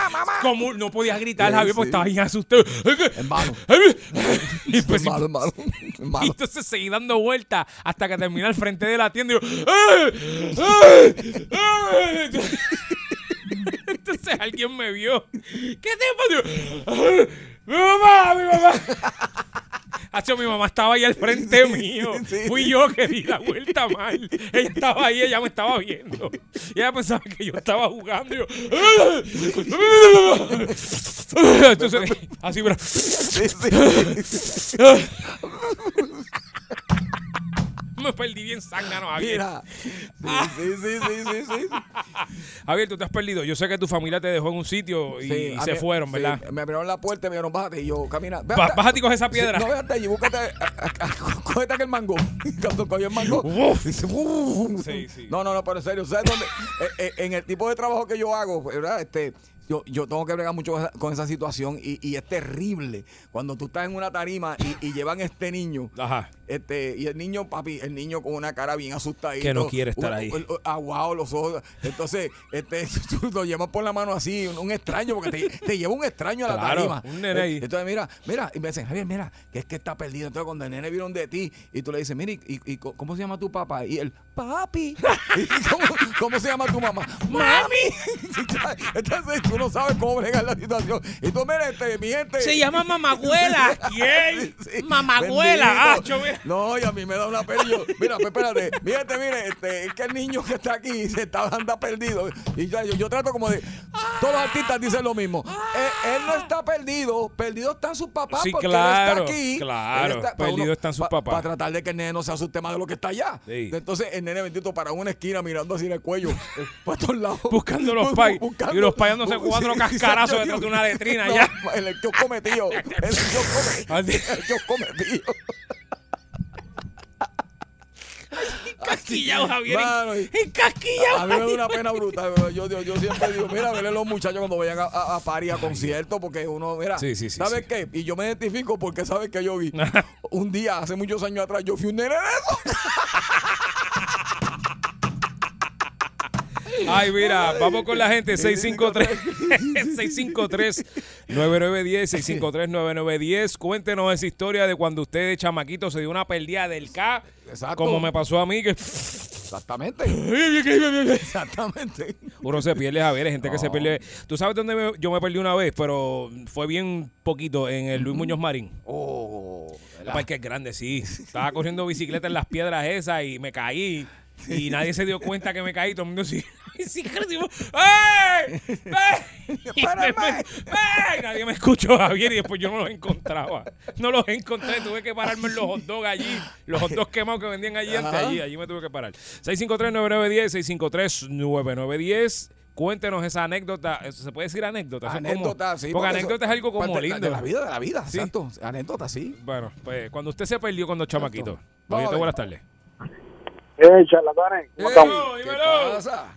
S5: como no podía gritar,
S3: Sí,
S5: Javier, pues
S3: sí.
S5: estaba bien asustado.
S3: Es malo.
S5: Y pues,
S3: es malo, es malo. Es
S5: y
S3: malo.
S5: entonces seguí dando vueltas hasta que terminé al frente de la tienda y "¡Eh! yo, ¡ay! ¡ay! ¡ay! ¡Eh! Entonces alguien me vio. ¿Qué te pasa? Yo, ¡mi mamá! ¡mi mamá! Hacho, mi mamá estaba ahí al frente mío.
S3: sí.
S5: Fui yo que di la vuelta mal. Ella estaba ahí, ella me estaba viendo. Y ella pensaba que yo estaba jugando. y yo, "Eh, ¡ay! Entonces, así, pero...
S3: Sí, sí.
S5: Me perdí bien zángano, Javier.
S3: Mira. Sí, sí, sí, sí, sí, sí.
S5: Javier, tú te has perdido. Yo sé que tu familia te dejó en un sitio y,
S3: Sí,
S5: y
S3: a
S5: se
S3: mí-
S5: fueron,
S3: sí,
S5: ¿verdad?
S3: me abrieron la puerta y me dijeron, bájate. Y yo, camina. Ve
S5: Ba-
S3: hasta-
S5: bájate y coge esa piedra.
S3: Sí, no, vete allí, búscate. a- a- a- Cógete aquel mango. Cuando cogió el mango. dice, "Uf".
S5: Sí, sí.
S3: No, no, no, pero en serio, ¿sabes dónde? Eh, eh, en el tipo de trabajo que yo hago, ¿verdad? Este. Yo, yo tengo que bregar mucho con esa- con esa situación y, y es terrible cuando tú estás en una tarima y, y llevan este niño
S5: Ajá.
S3: este, y el niño, papi, el niño con una cara bien asustadita.
S5: Que no quiere estar ahí.
S3: Aguado ah, los ojos. Entonces, este, tú lo llevas por la mano así, un, un extraño, porque te, te lleva un extraño a la
S5: Claro,
S3: tarima. Eh,
S5: un nene ahí.
S3: Entonces, mira, mira, y me dicen, Javier, mira, que es que está perdido. Entonces, cuando el nene vieron de ti, y tú le dices, mira, y, y- y co- cómo se llama tu papá? Y él, papi. ¿Y cómo, cómo se llama tu mamá? ¡Mami! Entonces, tú no sabes cómo bregar la situación. Y tú, mira, este, mi gente.
S5: llama mamagüela. ¿Quién?
S3: Sí, sí.
S5: Mamagüela.
S3: Bendito.
S5: Acho, mira.
S3: No, y a mí me da una pena. yo, Mira, pues espérate. Mírate, mire, este, es que el niño que está aquí se está anda perdido. Y ya, yo, yo trato como de. Todos los artistas dicen lo mismo. Eh, él no está perdido. Perdido están sus papás
S5: Sí,
S3: porque
S5: claro,
S3: él está aquí.
S5: claro, perdido están sus papás.
S3: Para tratar de que el nene no se asuste más de lo que está allá.
S5: Sí.
S3: Entonces, el nene bendito para una esquina mirando así en el cuello. eh, para todos lados.
S5: Buscando los
S3: Bu-
S5: pais.
S3: buscando-
S5: Y los pais dándose
S3: bu-
S5: cuatro
S3: sí,
S5: cascarazos
S3: sí,
S5: detrás de una letrina
S3: no,
S5: allá.
S3: en el kiosco metido. En el kiosco metido.
S5: Así.
S3: Yo cometí.
S5: Casquillado, Javier.
S3: Mano, y-
S5: Casquillado.
S3: A mí me da una pena brutal. pero Yo, yo, yo siempre digo, mira, verle los muchachos cuando vayan a, a, a party, a conciertos, porque uno, mira,
S5: Sí, sí, sí,
S3: ¿sabes
S5: sí.
S3: qué? Y yo me identifico porque, ¿sabes qué? Yo vi un día, hace muchos años atrás, yo fui un nene de eso.
S5: Ay, mira, vamos con la gente. 653 653 9910 653 9910 Cuéntenos esa historia de cuando usted de chamaquito se dio una perdida del K.
S3: Exacto.
S5: Como me pasó a mí que
S3: Exactamente. Exactamente.
S5: Uno se pierde, Javier, hay gente que se pierde. ¿Tú sabes dónde me- yo me perdí una vez? Pero fue bien poquito, en el Luis Muñoz Marín.
S3: Oh,
S5: El parque es grande, sí. Estaba corriendo bicicleta en las piedras esas y me caí. Y nadie se dio cuenta que me caí. Todo el mundo sí. Bicicleta y yo, ¡Ey! ¡Ey! Y
S3: Párame.
S5: después, ¡Ey! Nadie me escuchó, Javier, y después yo no los encontraba. No los encontré. Tuve que pararme en los hot dogs allí. Los hot dogs quemados que vendían allí antes.
S3: Ajá.
S5: Allí, allí me tuve que parar. 653-9910, 653-9910. Cuéntenos esa anécdota. ¿Se puede decir anécdota? Eso es como-
S3: anécdota, sí.
S5: Porque
S3: eso
S5: anécdota es algo como
S3: parte de-
S5: lindo.
S3: De la vida, de la vida,
S5: Sí.
S3: exacto. Anécdota, sí.
S5: Bueno, pues cuando usted se perdió cuando chamaquito.
S3: Exacto. Vamos a
S5: Oye,
S3: ver.
S5: buenas tardes.
S6: Eh, charlatanes, ¿cómo estamos?
S5: dímelo.
S3: ¿Qué pasa?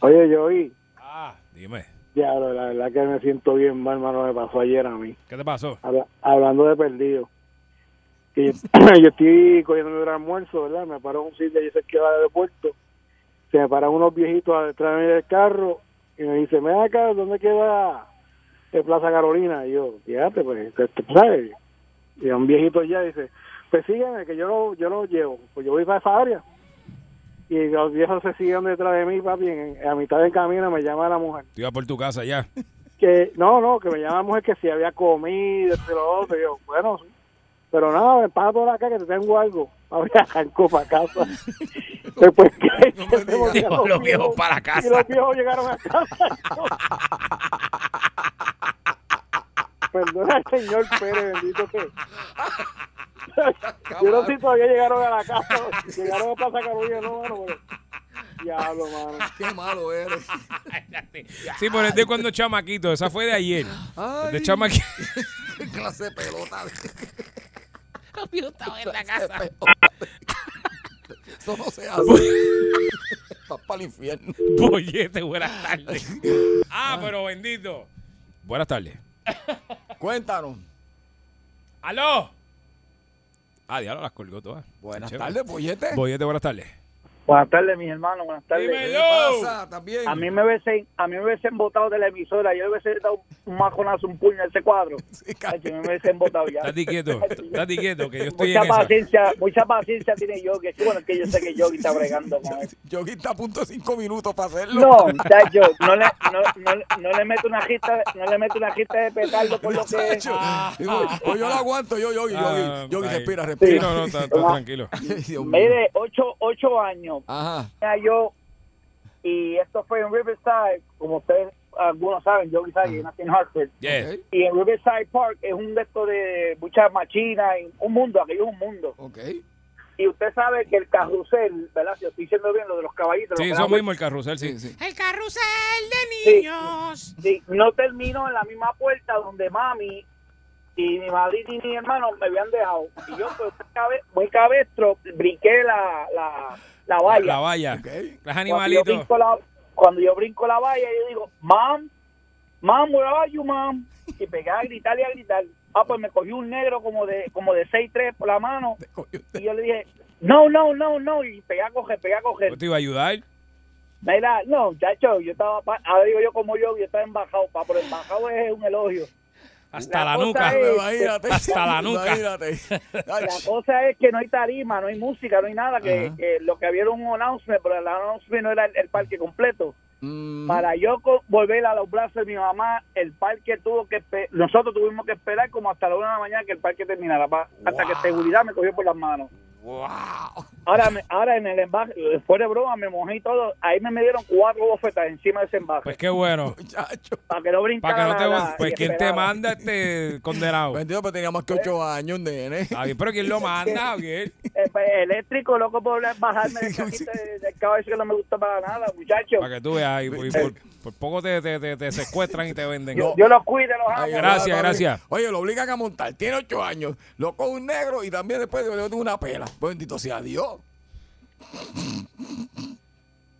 S6: Oye, yo vi,
S5: Ah, dime.
S6: ya, la la verdad que me siento bien mal, hermano, me pasó ayer a mí.
S5: ¿Qué te pasó?
S6: Habla- hablando de perdido. Que yo, yo estoy cogiendo mi almuerzo, ¿verdad? Me paro en un sitio y se queda al aeropuerto. Se me paran unos viejitos detrás de mí del carro y me dice, ven acá, ¿dónde queda el Plaza Carolina? Y yo, fíjate, pues, este, ¿sabes? Y un viejito ya dice, pues sígueme, que yo lo, yo lo llevo. Pues yo voy para esa área. Y los viejos se siguen detrás de mí, papi. en- a mitad del camino me llama la mujer.
S5: Tú ibas por tu casa ya.
S6: que no, no, que me llama la mujer que si había comido, esto y lo otro. Y yo, bueno, sí. pero nada, me pasa por acá que te tengo algo. Ahora arrancó para casa. Después que
S3: No me digas.
S5: Dijo, "Los viejos para casa".
S6: Y los viejos llegaron a casa. Perdona al señor Pérez, bendito que. Yo no sé si todavía llegaron a la casa. Llegaron a Plaza Carolina, no, mano, pero. Diablo, mano.
S3: Qué malo eres.
S5: Sí, pero es de cuando chamaquito. Esa fue de ayer.
S3: Ay.
S5: De chamaquito.
S3: Qué clase de pelota.
S7: estaba en la casa.
S3: Eso no se hace. Estás para el infierno.
S5: Bollete, buenas tardes. Ah, pero bendito. Buenas tardes.
S3: Cuéntanos.
S5: ¡Aló! Ah, diablo, las colgó todas.
S3: Buenas
S5: Chévere.
S3: tardes, Pollete.
S5: Bollete, buenas tardes.
S8: Buenas tardes, mis hermanos. Buenas tardes.
S3: ¿Qué
S5: Dímelo.
S3: pasa? También.
S8: A mí me hubiesen, a mí me hubiesen botado de la emisora. Yo le hubiese dado un majonazo, un puño a ese cuadro.
S3: Sí,
S8: Ay, que
S3: cabrón.
S8: me hubiesen botado ya.
S5: Estás quieto, estás quieto, que yo estoy en
S8: Mucha
S5: esa.
S8: paciencia, mucha paciencia tiene Yogi. Sí, Bueno, es que yo sé que Yogi está bregando con eso.
S3: Yogi está a punto de cinco minutos para hacerlo.
S8: No, Tacho, no le, no, no, le- no le meto una gita, no le meto una gita de petardo por lo que
S3: Chacho.
S7: Ah.
S3: Digo, pues yo lo aguanto, yo, Yogi,
S5: Ah,
S3: Yogi, Yogi,
S5: ahí.
S3: respira,
S5: Sí,
S3: respira.
S5: no, no, está, está tranquilo.
S3: Ay, Dios mío.
S8: Mire, ocho, ocho años
S3: Ajá.
S8: tenía yo y esto fue en Riverside, como ustedes algunos saben, Yogi sabe que yo nací en Hartford.
S5: Yes.
S8: y en Riverside Park es un de estos de muchas machinas, y un mundo, aquello es un mundo.
S3: Ok. ok.
S8: Y usted sabe que el carrusel, ¿verdad? Si lo estoy diciendo bien, lo de los caballitos.
S5: Sí,
S8: los
S5: eso
S8: caballos,
S5: mismo el carrusel, sí.
S3: Sí, sí.
S7: El carrusel de
S8: Sí.
S7: niños.
S8: sí, no terminó en la misma puerta donde mami y mi madre y mi hermano me habían dejado. Y yo, pues, muy cabe- muy cabestro, brinqué la, la, la valla.
S5: La valla.
S3: Ok.
S5: Las
S8: Cuando yo,
S5: animalitos.
S8: brinco la, cuando yo brinco la valla, yo digo, mam, mam, where are you, mam? Y pegué a gritar y a gritar. Ah, pues me cogió un negro como de como de 6'3 por la mano y yo le dije, no, no, no, no, y pegué a coger, pegué a coger.
S5: Yo te iba a ayudar.
S8: Mira, no, chacho, yo estaba, pa- ahora digo yo como yo, yo estaba embajado, pa, pero embajado es un elogio.
S5: Hasta la,
S8: La cosa
S5: nuca.
S8: es-
S3: Imagínate.
S5: Hasta la nuca.
S3: Imagínate. Ay,
S8: La cosa es que no hay tarima, no hay música, no hay nada, que,
S3: Ajá.
S8: que lo que había era un announcement, pero el announcement no era el- el parque completo.
S3: mm,
S8: Para yo co- volver a los brazos de mi mamá, el parque tuvo que espe- nosotros tuvimos que esperar como hasta la una de la mañana que el parque terminara, pa- hasta que seguridad me cogió por las manos.
S3: wow.
S8: Ahora, me- ahora en el embaje, fuera de broma, me mojé y todo. Ahí me, me dieron cuatro bofetas encima de ese embaje.
S5: Pues qué bueno.
S3: Muchacho.
S8: para que no
S5: Para
S8: brincara.
S5: que no te.
S8: la- la-
S5: Pues
S8: y
S5: quien te
S8: esperara.
S5: manda este condenado.
S9: Pues,
S3: Bendito, pero tenía más que ocho años, nene.
S5: Javier, pero ¿quién lo manda, Javier?
S8: Eh, pues, eléctrico, loco, por bajarme del, cajito de- del caballo que no me gusta para nada, muchachos.
S5: Para que tú veas. y por, y por- por poco te, te- te- te secuestran y te venden.
S8: Yo, yo los cuide, los amo.
S3: Ay,
S5: Gracias,
S3: ahora,
S5: gracias.
S3: Oye, lo obligan a montar. Tiene ocho años. Lo coge un negro y también después le mete una pela. Bendito sea Dios.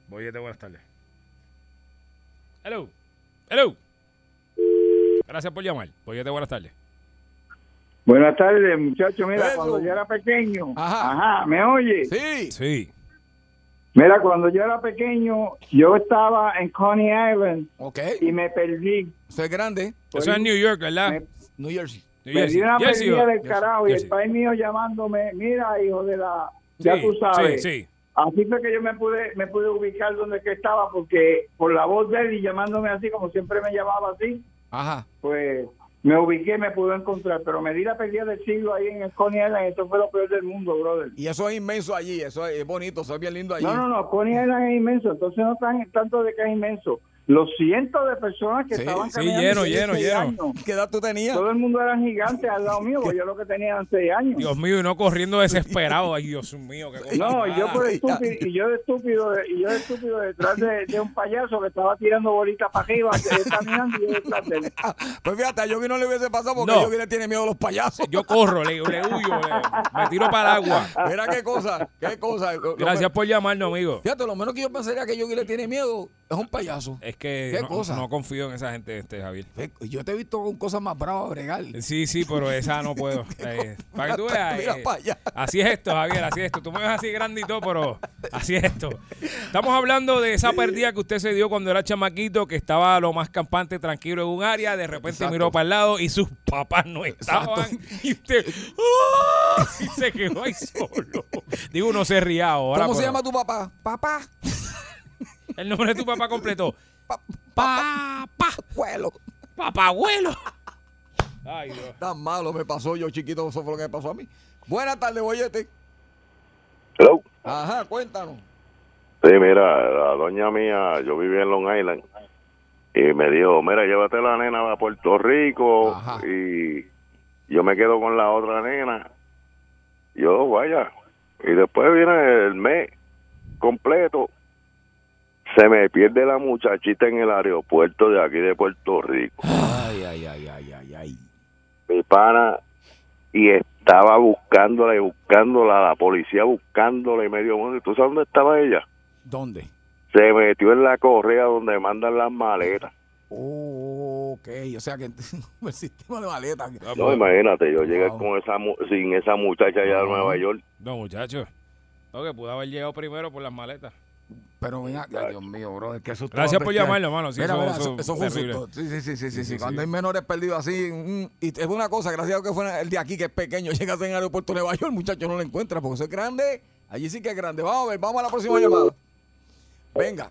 S5: Bollete, buenas tardes. Hello. Hello. Gracias por llamar. Pues Bollete, buenas tardes.
S9: Buenas tardes, muchachos. Mira,
S3: Eso.
S9: cuando yo era pequeño,
S3: Ajá.
S9: ajá, ¿me oye?
S3: Sí.
S5: Sí.
S9: Mira, cuando yo era pequeño, yo estaba en Coney Island
S3: Ok.
S9: y me perdí.
S3: Eso es grande.
S5: Eso es en New York, ¿verdad?
S9: Me,
S3: New Jersey.
S5: New
S9: me
S5: Jersey.
S9: di una
S5: Jersey,
S9: perdida
S5: oh,
S9: del
S5: Jersey,
S9: carajo y
S5: Jersey.
S9: el país mío llamándome, mira, hijo de la... Ya
S5: Sí,
S9: tú sabes.
S5: Sí, sí.
S9: Así fue que yo me pude me pude ubicar donde que estaba porque por la voz de él y llamándome así, como siempre me llamaba así,
S3: Ajá.
S9: pues me ubiqué, me pude encontrar. Pero me di la pérdida del siglo ahí en el Coney Island. Eso fue lo peor del mundo, brother.
S3: Y eso es inmenso allí. Eso es bonito. Eso es bien lindo allí.
S9: No, no, no, Coney Island es inmenso, entonces no están tanto de que es inmenso. Los cientos de personas que
S3: Sí,
S9: estaban
S3: sí,
S9: caminando
S5: lleno,
S9: tenían
S5: lleno,
S9: seis
S5: lleno.
S9: años.
S3: ¿Qué edad tú tenías?
S9: Todo el mundo era gigante al lado mío, porque yo lo que tenía eran seis años.
S5: Dios mío, y no corriendo desesperado. Ay, Dios mío, qué cosa
S9: no,
S5: mala.
S9: y yo por estúpido, y yo de estúpido, y yo de estúpido detrás de, de un payaso que estaba tirando bolitas para arriba, que estaba caminando y yo detrás de él.
S3: Ah, Pues fíjate, a Yogi no le hubiese pasado porque
S5: No.
S3: Yogi le tiene miedo a los payasos.
S5: Yo corro, le, le huyo, le- me tiro para el agua.
S3: Mira qué cosa. Qué cosa. Lo- lo-
S5: Gracias por llamarnos, amigo.
S3: Fíjate, lo menos que yo pensaría que Yogi le tiene miedo es un payaso. Eh,
S5: Es que
S10: ¿Qué
S5: no,
S10: cosa?
S5: no confío en esa gente, este Javier.
S10: Yo te he visto con cosas más bravas, bregar.
S5: Sí, sí, pero esa no puedo. Eh, para que tú veas.
S10: Mira
S5: eh,
S10: pa' allá.
S5: así es esto, Javier, así es esto. Tú me ves así grandito, pero así es esto. Estamos hablando de esa pérdida que usted se dio cuando era chamaquito, que estaba lo más campante, tranquilo en un área, de repente
S10: Exacto.
S5: miró para el lado y sus papás no estaban. Y usted ¡ah! y se quedó ahí solo. Digo, uno se ría ahora.
S3: ¿Cómo se
S5: pero
S3: llama tu papá? Papá.
S5: El nombre de tu papá completo. Papá. Abuelo. Papá abuelo. Ay, Dios.
S3: Tan malo me pasó yo, chiquito, eso fue lo que me pasó a mí. Buenas tardes, bollete.
S11: Hello.
S3: Ajá, cuéntanos.
S11: Sí, mira, la doña mía, yo vivía en Long Island y me dijo, mira, llévate la nena a Puerto Rico y yo me quedo con la otra nena. Yo, vaya. Y después viene el mes completo. Se me pierde la muchachita en el aeropuerto de aquí de Puerto Rico.
S10: Ay, ay, ay, ay, ay, ay.
S11: Mi pana y estaba buscándola y buscándola, la policía buscándola y medio mundo. ¿Y ¿Tú sabes dónde estaba ella?
S10: ¿Dónde?
S11: se metió en la correa donde mandan las maletas.
S10: Ok, o sea que el sistema de maletas.
S11: No, imagínate, yo llegué
S10: Wow.
S11: con esa mu- sin esa muchacha allá de
S10: Wow.
S11: Nueva York.
S5: No, muchachos. No, que pudo haber llegado primero por las maletas.
S10: Pero ven acá, Dios mío, bro, que susto.
S5: Gracias
S10: más
S5: por
S10: bestial.
S5: llamarlo, mano, sí,
S10: Mira,
S5: eso-
S10: mira,
S5: eso
S10: eso, eso fue un
S5: terrible.
S10: susto. Sí, sí, sí, sí, sí,
S3: Sí,
S10: sí.
S3: cuando hay menores perdidos así, mm, y es una cosa, gracias a que fue el de aquí que es pequeño, llegas en el aeropuerto de Nueva York, el muchacho no lo encuentra porque eso es grande, allí sí que es grande. Vamos a ver, vamos a la
S9: Uh.
S3: próxima llamada. Venga.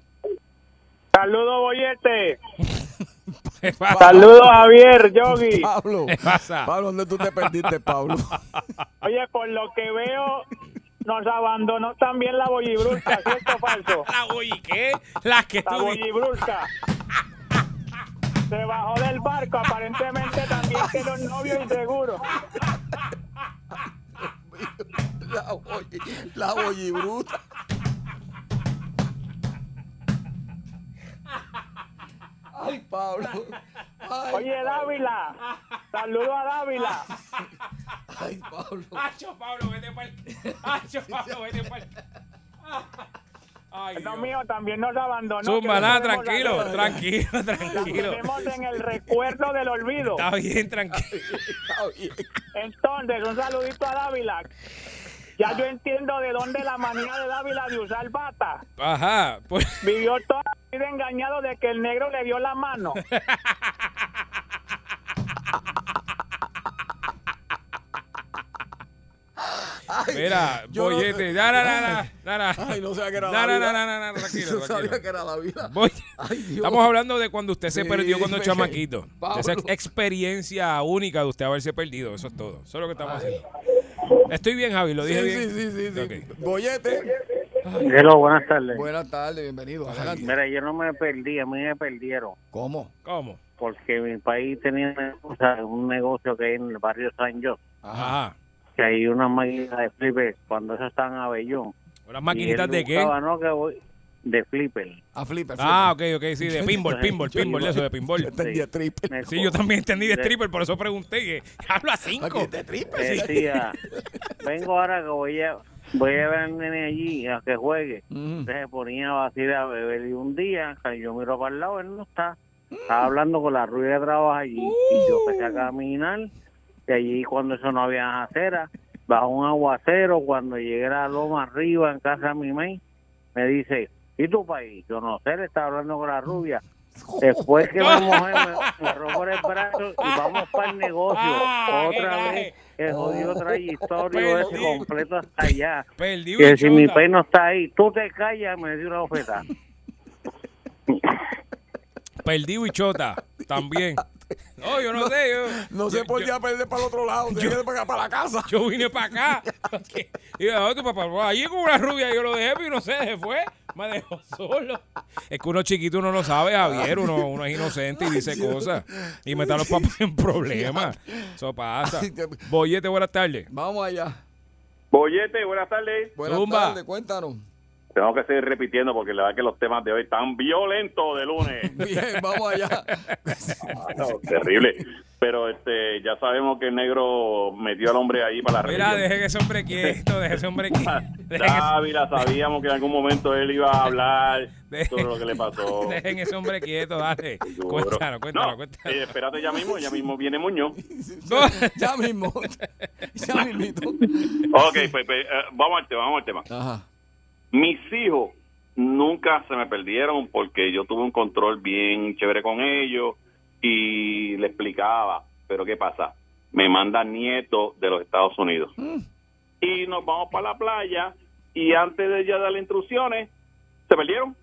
S9: Saludos, Boyete. Pues,
S5: Saludos,
S9: Javier, Yogi.
S3: Pablo.
S9: ¿Qué pasa?
S3: Pablo, ¿dónde tú te perdiste, Pablo?
S9: Oye, por lo que veo, nos abandonó también la bollibrusca, ¿cierto o falso?
S5: ¿La bolli qué? La que
S9: La bollibrusca. Se bajó del barco, aparentemente también quedó novio inseguro.
S3: La, bolli, la bollibruta. Ay, Pablo. Ay,
S9: Oye, Dávila. Saludo a Dávila.
S3: Ay, Pablo.
S5: Hacho, Pablo, vete para Hacho, Pablo, vete para Ay,
S9: Dios mío, también nos abandonó.
S5: Zumbalá,
S9: que lo tenemos
S5: tranquilo,
S9: la-
S5: tranquilo,
S9: la
S5: tranquilo.
S9: tenemos en el recuerdo del olvido.
S5: Está bien, tranquilo.
S9: Entonces, un saludito a Dávila. Ya yo entiendo de dónde la manía de Dávila de usar bata.
S5: Ajá. Pues,
S9: Vivió toda la vida engañado de que el negro le dio la mano.
S5: mira,
S3: yo no-
S5: bollete. Na, na, na, na, na, na.
S3: Ay, no sabía que era la
S5: Na, na,
S3: vida.
S5: na, na, na, na,
S3: No
S5: tranquilo,
S3: sabía
S5: tranquilo.
S3: que era la vida.
S5: Voy-
S3: Ay, Dios.
S5: Estamos hablando de cuando usted se
S3: Sí,
S5: perdió cuando
S3: me-
S5: chamaquito. De
S3: Pablo.
S5: Esa ex- experiencia única de usted haberse perdido. Eso es todo. Eso es lo que estamos haciendo. Estoy bien, Javi, lo dije
S3: Sí,
S5: bien.
S3: sí, sí, sí,
S5: Ok.
S3: Bollete.
S12: Hello, buenas tardes.
S3: Buenas tardes, bienvenido. Adelante.
S12: Mira, yo no me perdí, a mí me perdieron.
S10: ¿Cómo?
S5: ¿Cómo?
S12: Porque mi país tenía una cosa, un negocio que hay en el barrio San José,
S5: Ajá.
S12: que hay una máquina de flipper, cuando eso está en Abellón.
S5: ¿Las maquinitas de qué?
S12: No, que voy, de flipper.
S3: A flipper,
S5: Ah, ok, ok, sí, de pinball, pinball, pinball, de eso, de pinball.
S3: Yo entendí de stripper.
S5: Sí, yo también entendí de stripper, por eso pregunté que hablo a cinco.
S3: De stripper. sí.
S12: Decía, Este vengo ahora que voy a, voy a ver al nene allí a que juegue. Entonces se ponía a vacilar a beber y un día, cuando yo miro para el lado, él no está. Estaba hablando con la rubia que trabaja allí y yo empecé a caminar. Y allí cuando eso no había aceras, bajo un aguacero, cuando llegué a la loma arriba en casa de mi mãe, me dice, ¿y tu país? Yo no sé, le estaba hablando con la rubia. Después que me mojé, me, me agarró por el brazo y vamos para el negocio.
S5: Ah, qué
S12: Otra
S5: gaje.
S12: vez, el
S5: Oh.
S12: jodido trayectorio ese completo hasta allá.
S5: Perdí
S12: Que si mi
S5: bichota.
S12: país no está ahí, tú te callas, me dio una oferta.
S5: Perdí bichota, también. No, yo no, sé, yo...
S3: No
S5: yo-
S3: se podía perder para el otro lado, se quedó para acá, para la casa.
S5: Yo vine para acá. porque- Y yo, "Ay, tu papá, pues, allí con una rubia, yo lo dejé, pero no sé, se fue. Me dejó solo. Es que uno chiquito uno no sabe, Javier, uno, uno es inocente y dice cosas. Y me están los papás en problemas. Eso pasa.
S3: Ay, Dios.
S5: Bollete, buenas tardes.
S3: Vamos allá.
S13: Bollete, buenas tardes.
S3: Buenas
S5: Zumba.
S3: tardes, cuéntanos.
S13: Tengo que seguir repitiendo porque la verdad que los temas de hoy están violentos de lunes.
S3: Bien, vamos allá.
S13: Terrible. Pero este, ya sabemos que el negro metió al hombre ahí para la
S5: Mira,
S13: religión. Ah,
S5: deje que ese hombre quieto, deje ese hombre quieto.
S13: Dávila, sabíamos que en algún momento él iba a hablar sobre lo que le pasó.
S5: Dejen ese hombre quieto, dale. Cuéntalo, cuéntalo,
S13: No,
S5: cuéntalo.
S13: eh, espérate ya mismo, ya mismo viene Muñoz.
S3: ya mismo. Ya mismito.
S13: Ok, pues, pues, eh, vamos al tema, vamos al tema. Mis hijos nunca se me perdieron porque yo tuve un control bien chévere con ellos y le explicaba, pero ¿qué pasa? Me mandan nietos de los Estados Unidos. Y nos vamos para la playa y antes de ella darle instrucciones, se perdieron.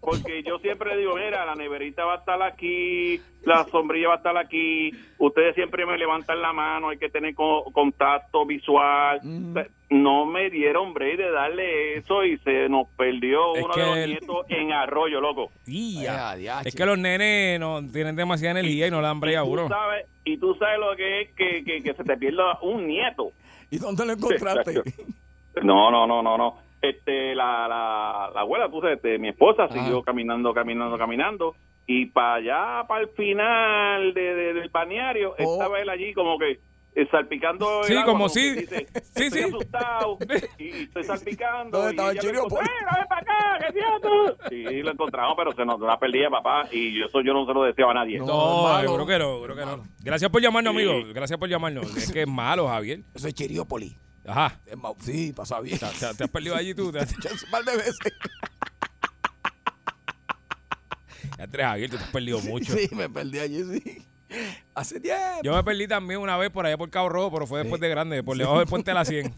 S13: Porque yo siempre digo, mira, la neverita va a estar aquí, la sombrilla va a estar aquí, ustedes siempre me levantan la mano, hay que tener co- contacto visual. O sea, No me dieron break de darle eso y se nos perdió uno de los
S5: que el-
S13: nietos en arroyo, loco.
S5: Es que los nenes no tienen demasiada energía y no le dan brea a
S13: Tú
S5: uno.
S13: sabes, y tú sabes lo que es que, que, que se te pierda un nieto.
S3: ¿Y dónde lo
S13: encontraste? No, no, no, no, no. Este, la, la, la abuela, tú sabes, este, mi esposa siguió caminando, caminando, caminando. Y para allá, para el final de- de- del balneario, estaba él allí como que eh, salpicando. el
S5: Oh. Sí,
S13: agua,
S5: como si-
S13: que dice,
S5: sí,
S13: estoy
S5: sí.
S13: asustado y, y estoy salpicando.
S3: ¿Dónde
S13: y
S3: estaba el
S13: ella me
S3: chirio,
S13: dijo,
S3: por-
S13: "Mira, ven para acá, ¿qué siento?". Sí, lo encontramos, pero se nos dio una perdida, papá. Y yo- eso yo no se lo deseaba a nadie.
S5: No, yo creo que no, creo que no. Gracias por llamarnos, amigo. Gracias por llamarnos. Es que es malo, Javier.
S10: Eso es Chiriópolis.
S5: Ajá.
S10: Sí, pasa bien.
S5: Te, te- te has perdido allí tú. Te has-
S10: Un par de veces.
S5: Ya tres, Javier, tú te has perdido mucho.
S10: Sí, me perdí allí, sí. Hace tiempo.
S5: Yo me perdí también una vez por allá por Cabo Rojo, pero fue después de grande, por debajo del puente de la 100.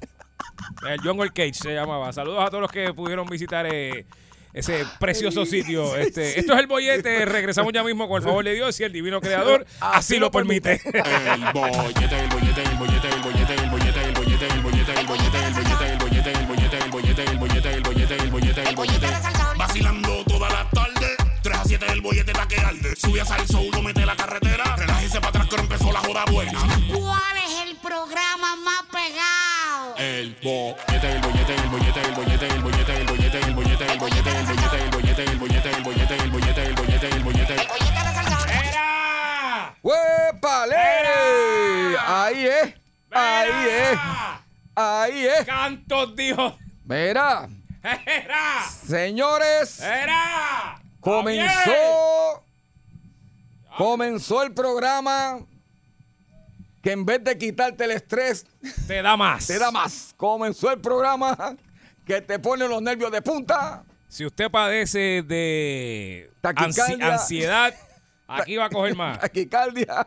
S5: El Jungle Cage se llamaba. Saludos a todos los que pudieron visitar eh, ese precioso sitio. Este, Esto es El Bollete. Regresamos ya mismo con el favor de Dios y el divino creador así lo permite.
S14: El bollete, el bollete, el bollete, el bollete, el bollete, el bollete, el bollete, el bollete, el bollete, el bollete, el bollete, el bollete, el bollete, el bollete, el bollete, el bollete. Vacilando toda la tarde, 3 a 7 el bollete pa' que arde. Sube a salso, uno mete la carretera, relájese para atrás que ahora empezó la joda buena.
S7: ¿Cuál es el programa más pegado?
S14: El bollete, el bollete, el bollete, el bollete, el bollete, el bollete, el bollete, el bollete, el bollete, el bollete, el bollete, el bollete, el bollete, el bollete, el bollete.
S3: ¡Huepale! Ahí es. Ahí es. Ahí es.
S5: Cantos dijo.
S3: Mira, señores.
S5: Eh, Era.
S3: Comenzó. Comenzó el programa que en vez de quitarte el estrés,
S5: te da más.
S3: Te da más. Comenzó el programa que te pone los nervios de punta.
S5: Si usted padece de ansi-
S3: Taquicardia.
S5: ansiedad, aquí va a coger más.
S3: Taquicardia.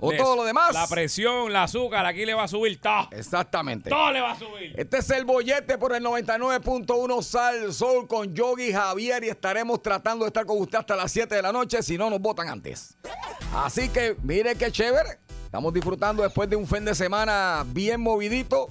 S3: O todo lo demás.
S5: La presión, la azúcar, aquí le va a subir todo.
S3: Exactamente.
S5: Todo le va a subir.
S3: Este es el bollete por el 99.1 Sal Sol con Yogi Javier y estaremos tratando de estar con usted hasta las 7 de la noche si no nos votan antes. Así que mire qué chévere. Estamos disfrutando después de un fin de semana bien movidito,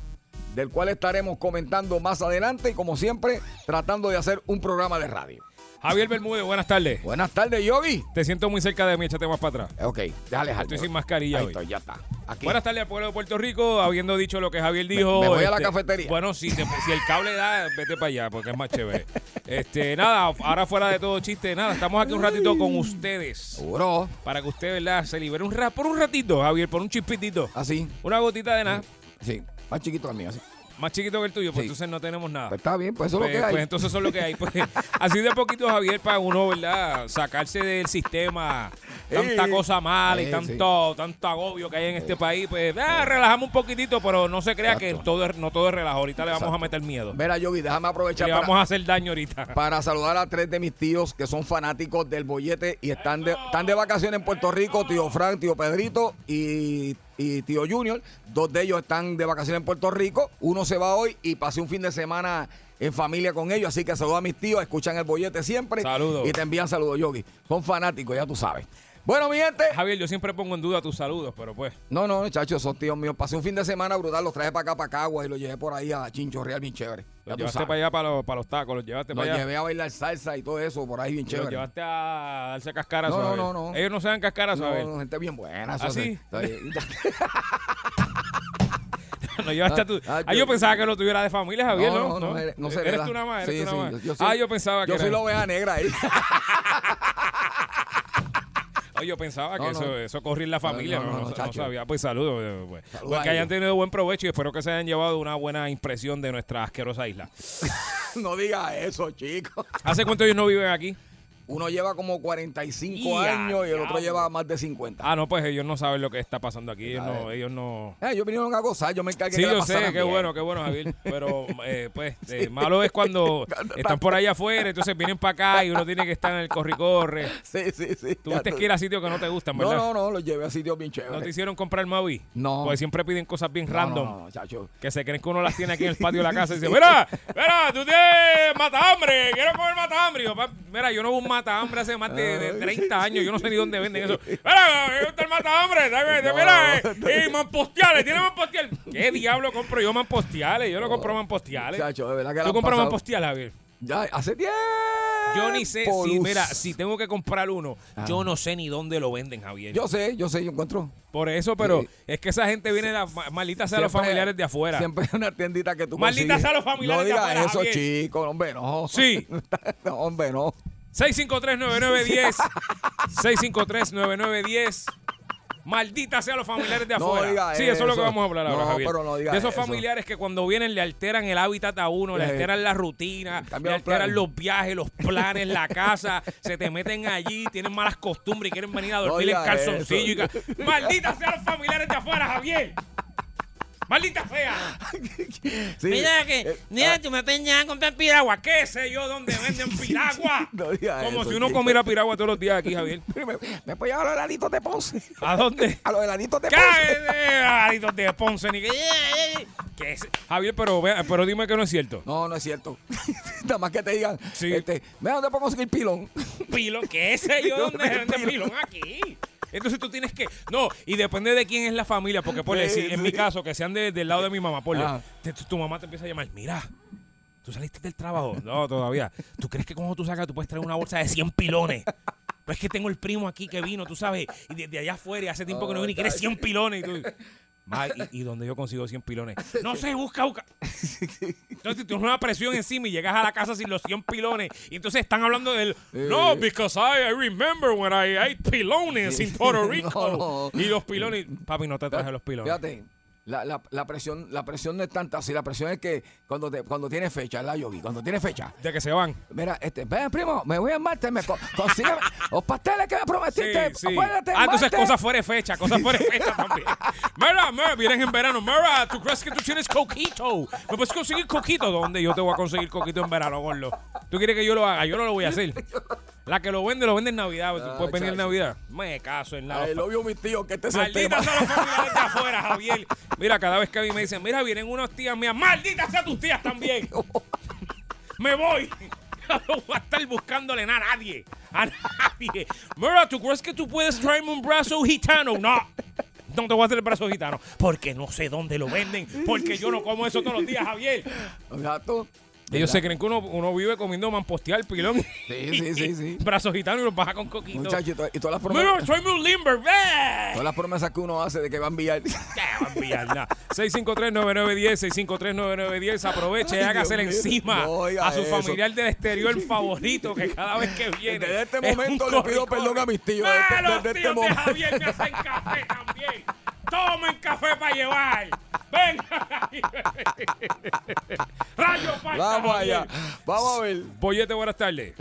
S3: del cual estaremos comentando más adelante y como siempre tratando de hacer un programa de radio.
S5: Javier Bermúdez, buenas tardes.
S3: Buenas tardes, Yogi. Eh,
S5: Te siento muy cerca de mí, échate más para atrás.
S3: Ok, déjale, déjale.
S5: Estoy sin mascarilla
S3: Ahí
S5: hoy.
S3: estoy, ya está. Aquí.
S5: Buenas tardes al pueblo de Puerto Rico, habiendo dicho lo que Javier dijo. este,
S3: me voy a la cafetería.
S5: Bueno, si, te- si el cable da, vete para allá, porque es más chévere. Este, nada, ahora fuera de todo chiste, nada, estamos aquí un ratito con ustedes.
S3: Seguro.
S5: Para que usted, ¿verdad? Se libere un ra- por un ratito, Javier, por un chispitito.
S3: Así.
S5: Una gotita de nada.
S3: Ah, Sí, más chiquito al mío, así.
S5: Más chiquito que el tuyo, pues entonces no tenemos nada.
S3: Pues está bien, pues eso es lo
S5: Ah. Pues-
S3: que hay.
S5: Pues entonces eso es lo que hay. Pues, así de poquito, Javier, para uno, ¿verdad? Sacarse del sistema tanta
S10: Ey.
S5: cosa mala y
S10: Ey,
S5: tanto, tanto agobio que hay en este país. Pues ah, relajamos un poquitito, pero no se crea que todo es- no todo es relajo. Ahorita le vamos a
S3: Exacto.
S5: meter miedo.
S3: Mira, Yogi, déjame aprovechar
S5: Le
S3: para-
S5: vamos a hacer daño ahorita.
S3: para saludar a tres de mis tíos que son fanáticos del bollete y están de, están de vacaciones en Puerto Rico, tío Frank, tío Pedrito y, y tío Junior. Dos de ellos están de vacaciones en Puerto Rico. Uno se va hoy y pasé un fin de semana en familia con ellos. Así que saludo a mis tíos, escuchan el bollete siempre.
S5: Saludos.
S3: Y te envían saludos, Yogi. Son fanáticos, ya tú sabes. Bueno, mi gente.
S5: Javier, yo siempre pongo en duda tus saludos, pero pues.
S3: No, no, chacho, esos tíos míos. Pasé un fin de semana brutal, los traje para acá, para Cagua y los llevé por ahí a Chincho Real, bien chévere. Ya
S5: Los
S3: tú
S5: llevaste
S3: sabes.
S5: para allá para los, para los tacos, los llevaste
S3: Los
S5: para allá.
S3: llevé a bailar salsa y todo eso, por ahí bien
S5: Y
S3: chévere.
S5: Los llevaste a darse cascaras.
S3: No, no,
S5: Javier.
S3: no, no.
S5: Ellos no se dan cascaras,
S3: No,
S5: Javier.
S3: no, gente bien buena.
S5: ¿Ah,
S3: eso sí.
S5: sí?
S3: Está bien.
S5: No llevaste a tu-
S3: Ah,
S5: Ah, yo
S3: yo-
S5: pensaba que lo tuviera de familia, Javier, ¿no?
S3: No, no, no, no se
S5: Eres
S3: hereda.
S5: tú nada más, Ah,
S3: Sí,
S5: eres tú nada
S3: sí,
S5: más.
S3: yo- yo soy-
S5: ah, yo pensaba que
S3: Yo soy
S5: era-
S3: la oveja negra ahí.
S5: Oye, yo pensaba
S3: No,
S5: que
S3: no.
S5: eso, eso corría en la familia,
S3: No,
S5: no,
S3: no,
S5: no,
S3: no,
S5: no
S3: chacho.
S5: sabía. Pues saludos. eh, pues.
S3: Saludos
S5: Pues
S3: a
S5: que hayan
S3: ellos.
S5: tenido buen provecho y espero que se hayan llevado una buena impresión de nuestra asquerosa isla.
S3: no diga eso, chico.
S5: ¿Hace cuánto ellos no viven aquí?
S3: Uno lleva como 45
S5: Ya,
S3: años y el
S5: diablo.
S3: otro lleva más de 50.
S5: Ah, no, pues ellos no saben lo que está pasando aquí. Ellos
S3: Ya
S5: no, ellos no,
S3: Eh, ellos vinieron a gozar, yo me encargué
S5: Ah. Sí,
S3: que la
S5: yo sé,
S3: pasaran
S5: qué
S3: bien.
S5: bueno, qué bueno, Javier. Pero, eh, pues, eh, malo es cuando están por allá afuera, entonces vienen para acá y uno tiene que estar en el corre-corre.
S3: Sí, sí, sí.
S5: Tuviste que ir a sitios que no te gustan,
S3: No,
S5: ¿verdad?
S3: no, no, los llevé a sitios bien chéveres.
S5: ¿No te hicieron comprar Maui? No. Porque siempre piden cosas bien
S3: No,
S5: random.
S3: no, no, chacho.
S5: Que se creen que uno las tiene aquí en el patio de la casa y dice,
S3: Sí.
S5: mira, mira, tú tienes matahambre, quiero comer matahambre. Y yo, "Pa- mira, yo no veo un matahambre hace más de, de 30 años, yo no sé ni dónde venden eso. Mira, me gusta el matahambre, dame,
S1: No.
S5: mira, eh, y manpostiales, tiene manpostiales. ¿Qué diablo compro yo manpostiales? Yo no compro manpostiales.
S3: Chacho, de verdad que la
S5: ¿Tú
S3: han
S5: compras
S3: pasado.
S5: manpostiales, Javier?
S3: Ya, hace tiempo.
S5: Yo ni sé, si,
S3: Polus.
S5: mira, si tengo que comprar uno,
S3: Ah.
S5: yo no sé ni dónde lo venden, Javier.
S3: Yo sé, yo sé, yo encuentro.
S5: Por eso, pero
S3: Sí.
S5: es que esa gente viene, de la, ma- maldita sea los
S3: Siempre-
S5: familiares de afuera.
S3: Siempre hay una tiendita que tú
S5: Maldita
S3: consigues.
S5: sea los familiares
S3: No
S5: de
S3: digas
S5: afuera,
S3: eso,
S5: Javier.
S3: chico, hombre, no.
S5: Sí.
S3: No, hombre, no.
S5: 653-9910. 653-9910. Maldita sea los familiares de
S3: No
S5: afuera.
S3: diga
S5: sí, eso, es lo que
S3: eso.
S5: vamos a hablar ahora,
S3: No,
S5: Javier.
S3: pero no diga
S5: de esos
S3: eso.
S5: familiares que cuando vienen le alteran el hábitat a uno, le
S3: Sí.
S5: alteran la rutina, le
S3: Cambian los
S5: alteran
S3: planes.
S5: los viajes, los planes, la casa, se te meten allí, tienen malas costumbres y quieren venir a
S3: No
S5: dormir en
S3: diga
S5: calzoncillo. y
S3: eso.
S5: ca- Maldita sea los familiares de afuera, Javier. Maldita sea.
S3: Sí. Eh, ah.
S5: Mira que, mira, tú me peñas a comprar piragua. ¿Qué sé yo dónde venden piragua?
S3: No digas
S5: Como
S3: eso,
S5: si uno
S3: chico.
S5: comiera piragua todos los días aquí, Javier.
S3: Me voy a los heladitos de Ponce.
S5: ¿A dónde?
S3: A los heladitos de Ponce.
S5: Cállate, aritos de Ponce. Ni que, eh, ¿Qué es? Javier, pero, vea- pero dime que no es cierto.
S3: No, no es cierto. Nada más que te digan, este, ve dónde puedo conseguir pilón.
S5: Pilo, ¿qué sé yo dónde se vende pilón aquí? Entonces tú tienes que. No, y depende de quién es la familia, porque por
S3: Sí,
S5: decir,
S3: sí.
S5: en mi caso, que sean de- del lado de mi mamá, por
S3: Ajá.
S5: tu mamá te empieza a llamar, mira. ¿Tú saliste del trabajo? No, todavía. ¿Tú crees que cuando tú sacas tú puedes traer una bolsa de 100 pilones? Pues es que tengo el primo aquí que vino, tú sabes, y desde allá afuera, y hace tiempo que no viene y quiere 100 pilones. Y tú, Ma, y, y donde yo consigo 100 pilones. No sé, busca, busca. Entonces tú tienes una presión encima y llegas a la casa sin los 100 pilones. Y entonces están hablando del.
S3: Eh.
S5: No, because I, I remember when I ate pilones in Puerto Rico.
S3: No, no.
S5: Y los pilones. Papi, no te traje los pilones.
S3: Fíjate, la, la, la presión, la presión no es tanta así, la presión es que cuando, te, cuando tiene fecha, la yogi, cuando tiene fecha.
S5: De que se van.
S3: Mira, este, ven, primo, me voy a Marte, me co- consígueme los pasteles que me prometiste.
S5: Sí, sí.
S3: Acuérdate,
S5: Ah, entonces
S3: Marte.
S5: cosas fuera de fecha, cosas fuera de fecha también. Mira, mira, vienes en verano. Mira, ¿tú crees que tú tienes coquito? ¿Me puedes conseguir coquito? ¿Dónde yo te voy a conseguir coquito en verano, gordo? ¿Tú quieres que yo lo haga? Yo no lo voy a hacer. La que lo vende, lo vende en Navidad. Ah, ¿Tú puedes venir en
S3: Ah, chacho.
S5: Navidad? Me caso en la...
S3: Ay, lo vio mi tío, que este es el tema.
S5: Maldita sea los familiares de este afuera, Javier. Mira, cada vez que a mí me dicen, mira, vienen unas tías mías. ¡Maldita sea tus tías también! ¡Me voy! No voy a estar buscándole nada a nadie. A nadie. Mira, ¿tú crees que tú puedes traerme un brazo gitano? No. No te voy a hacer el brazo gitano. Porque no sé dónde lo venden. Porque yo no como eso todos los días, Javier.
S3: Gato.
S5: Ellos se creen que uno, uno vive comiendo manpostear, pilón.
S3: Sí, sí, sí, sí.
S5: Brazos gitanos y los baja con coquito.
S3: Muchachos, y to- y todas las
S5: Mira,
S3: promesas.
S5: tráeme un limber. ¡Ve!
S3: Todas las promesas que uno hace de que va a enviar.
S5: enviar nada. 653-9910, 653-9910. Aproveche y
S3: Ay,
S5: hágasela
S3: Dios mío.
S5: encima
S3: No, oiga
S5: a su
S3: eso.
S5: familiar del exterior favorito que cada vez que viene.
S3: Desde este
S5: es un
S3: momento le pido
S5: corre-corre.
S3: perdón a mis tíos.
S5: ¡Ah,
S3: Desde-
S5: los
S3: desde este
S5: tíos de
S3: momento.
S5: Javier me hacen café también! ¡Tomen café para llevar! ¡Ven! ¡Rayo falta,
S3: Vamos
S5: Javier.
S3: allá. Vamos a
S5: Eh.
S3: ver.
S5: Bollete, buenas tardes.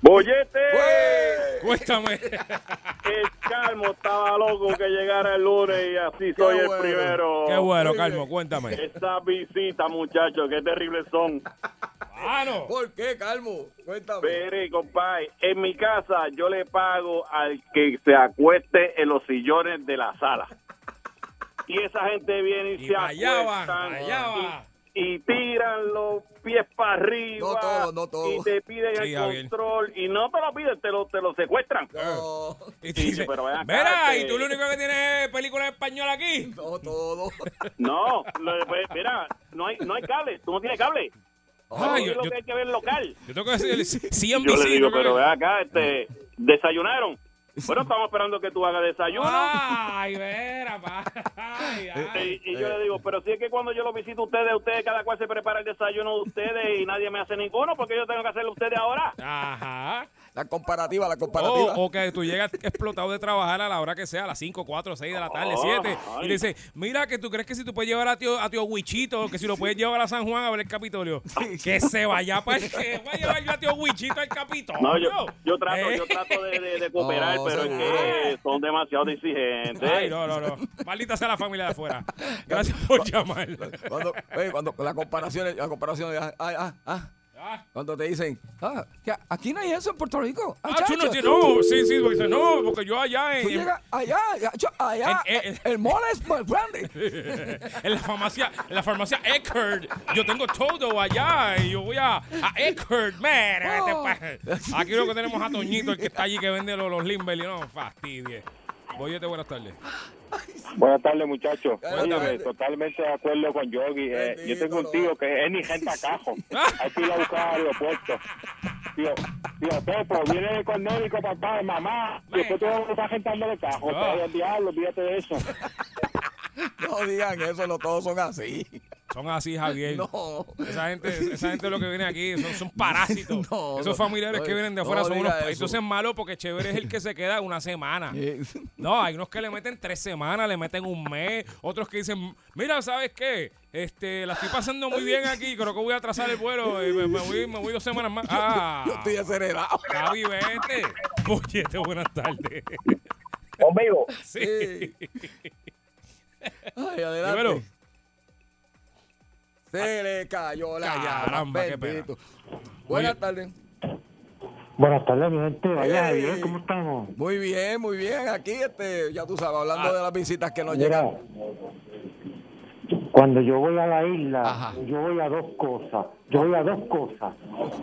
S15: ¡Bollete!
S5: Cuéntame.
S15: El calmo estaba loco que llegara el lunes y así soy el primero.
S5: Qué bueno, Calmo, cuéntame.
S15: Esas visitas, muchachos, qué terribles son.
S3: ¿Por qué, Calmo? Cuéntame.
S15: Pere, compadre, en mi casa yo le pago al que se acueste en los sillones de la sala. Y esa gente viene y,
S5: Y
S15: se
S5: pa' allá van, pa'
S15: acuestan
S5: allá van.
S15: y, y tiran los pies para arriba. Y te piden
S5: Sí,
S15: el
S5: Javier.
S15: control. Y no te lo piden, te lo, te lo secuestran.
S5: Y
S15: yo, pero ven acá,
S5: Mira,
S15: este-
S5: ¿y tú lo único que tienes es película en español aquí?
S3: No, todo.
S15: No, lo- pues, mira, no hay, no hay cable, tú no tienes cable.
S5: Ah,
S15: Aquí
S5: yo-
S15: lo
S5: yo-
S15: que hay que ver es local.
S5: Yo tengo que decirle, sí,
S15: Yo le digo, pero ve acá, este, desayunaron. Bueno, estamos esperando que tú hagas desayuno.
S5: Ah. Ay, vera, pa. Ay, ay.
S15: Y, y yo le digo, pero si es que cuando yo los visito a ustedes, ustedes cada cual se prepara el desayuno de ustedes y nadie me hace ninguno porque yo tengo que hacerlo a ustedes ahora.
S5: Ajá.
S3: La comparativa, la
S5: O,
S3: comparativa.
S5: Oh, o que tú llegas explotado de trabajar a la hora que sea, a las 5, 4, 6 de la tarde,
S3: Ah,
S1: Oh,
S5: 7. Y
S3: ay.
S5: le dice, mira que tú crees que si tú puedes llevar a tío, a tío Huichito, que si lo puedes llevar a San Juan a ver el Capitolio, que se vaya para el que voy a llevar yo a tío Huichito al Capitolio.
S1: No, yo, yo trato, yo
S5: ¿Eh?
S1: trato de, de- de cooperar,
S5: No,
S1: pero es que son demasiado exigentes.
S5: Ay, no, no, no. Maldita sea la familia de afuera. Gracias por llamar.
S3: Cuando, oye, cuando la comparación, es- la comparación, es, ah, ah, ah. Cuando te dicen, ah, que aquí no hay eso en Puerto Rico.
S5: Ah,
S3: chacho.
S5: chulo, sí, no, sí, sí, porque dice, no, porque yo allá en-
S3: Tú llegas allá, chacho, allá,
S5: En- en-
S3: el mall es más grande.
S5: en la farmacia, en la farmacia Eckerd, yo tengo todo allá y yo voy a, a Eckerd, man.
S3: Oh.
S5: este pa- Aquí lo que tenemos a Toñito, el que está allí que vende los, los Limberly, no, fastidie. Boyete, buenas tardes.
S16: Buenas tardes, muchachos. Óyeme, totalmente de acuerdo con Yogi. Eh, yo tengo un tío que es ni gente a cajo. Hay que ir a buscar al aeropuerto. Tío, tío Pepo, viene de Cornérico, papá, mamá. Y después tú vas a estar gentando de cajo.
S3: Ah.
S16: Ay, al diablo, olvídate de eso.
S3: No digan eso, los todos son así.
S5: Son así, Javier.
S3: No.
S5: Esa gente, esa gente lo que viene aquí son, son parásitos.
S3: No,
S5: Esos
S3: no.
S5: familiares que
S3: Oye,
S5: vienen de afuera
S3: no
S5: son unos.
S3: diga eso.
S5: Entonces es malo porque chévere es el que se queda una semana.
S3: Eh,
S5: No, hay unos que le meten tres semanas, le meten un mes. Otros que dicen, mira, ¿sabes qué? Este, la estoy pasando muy bien aquí. Creo que voy a atrasar el vuelo. y me, me voy, me voy dos semanas más. Ah,
S3: Yo estoy acelerado.
S5: Javi, vete. Bollete, buenas tardes.
S9: ¿Conmigo?
S5: Sí.
S3: Ay, adelante.
S5: Dímelo.
S3: Se le cayó la llave.
S5: Caramba, qué pena.
S3: bendito. Buenas tardes.
S12: Buenas tardes, mi gente. Vaya,
S3: Ey.
S12: bien, ¿cómo estamos?
S3: Muy bien, muy bien. Aquí, este, ya tú sabes, hablando
S5: Ah.
S3: de las visitas que nos
S12: Mira.
S3: llegan.
S12: Cuando yo voy a la isla, yo voy a dos cosas. Yo voy a dos cosas.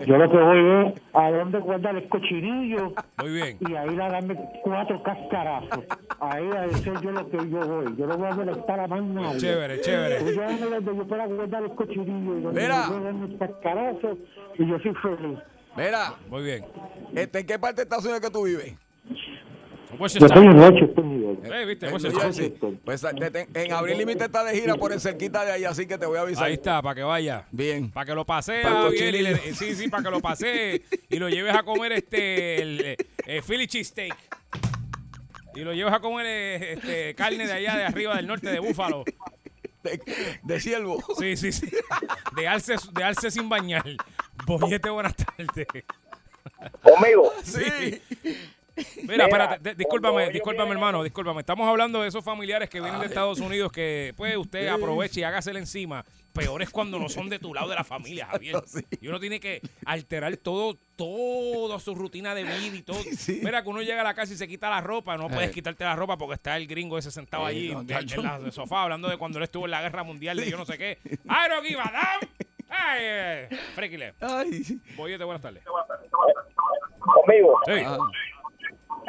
S12: Yo lo que voy es a dónde guardar el cochinillo.
S5: Muy bien.
S12: Y ahí a darme cuatro cascarazos. Ahí a eso yo lo que yo voy. Yo no voy a molestar a más nadie.
S5: Chévere, chévere.
S12: Tú llévame donde yo pueda guardar el cochinillo y donde
S3: Mira.
S12: yo pueda dar mis cascarazos y yo soy feliz.
S3: Mira.
S5: Muy bien.
S3: Este, ¿En qué parte de Estados Unidos que tú vives?
S12: Yo soy un ocho, este nivel.
S3: Eh,
S5: viste,
S3: en
S5: Washington.
S3: New Jersey. Pues, te- te- en abril límite está de gira por el cerquita de ahí, así que te voy a avisar.
S5: Ahí está, para que vaya.
S3: Bien.
S5: Para que lo pase
S3: Para el
S5: Javier, y le-
S3: cochinillo.
S5: sí, sí, para que lo pase y lo lleves a comer este el, eh, eh, Philly cheesesteak. Y lo lleves a comer eh, este, carne de allá de arriba del norte de Búfalo.
S3: De siervo.
S5: Sí, sí, sí. De alce, de alce sin bañar. Bollete, buenas tardes.
S9: ¿Conmigo?
S3: Sí.
S9: Mira,
S5: Mira, espérate, di-
S9: cuando
S5: discúlpame,
S9: ellos
S5: discúlpame, hermano, discúlpame. Estamos hablando de esos familiares que vienen de Estados Unidos que, pues, usted
S3: Ah, eh. Sí.
S5: aproveche y hágasela encima. Peor es cuando no son de tu lado de la familia, Javier. Y uno tiene que alterar todo, toda su rutina de vida y todo. Mira, que uno llega a la casa y se quita la ropa. No
S3: Eh.
S5: puedes quitarte la ropa porque está el gringo ese sentado
S3: Sí,
S5: allí
S3: no,
S5: en,
S3: chacho.
S5: en la- en el sofá hablando de cuando él estuvo en la guerra mundial de yo no sé qué. ¡Ay, no, give a damn! ¡Ay, eh, Frequile!
S3: Ay.
S5: Boyete, buenas tardes.
S9: ¿Conmigo?
S5: Sí.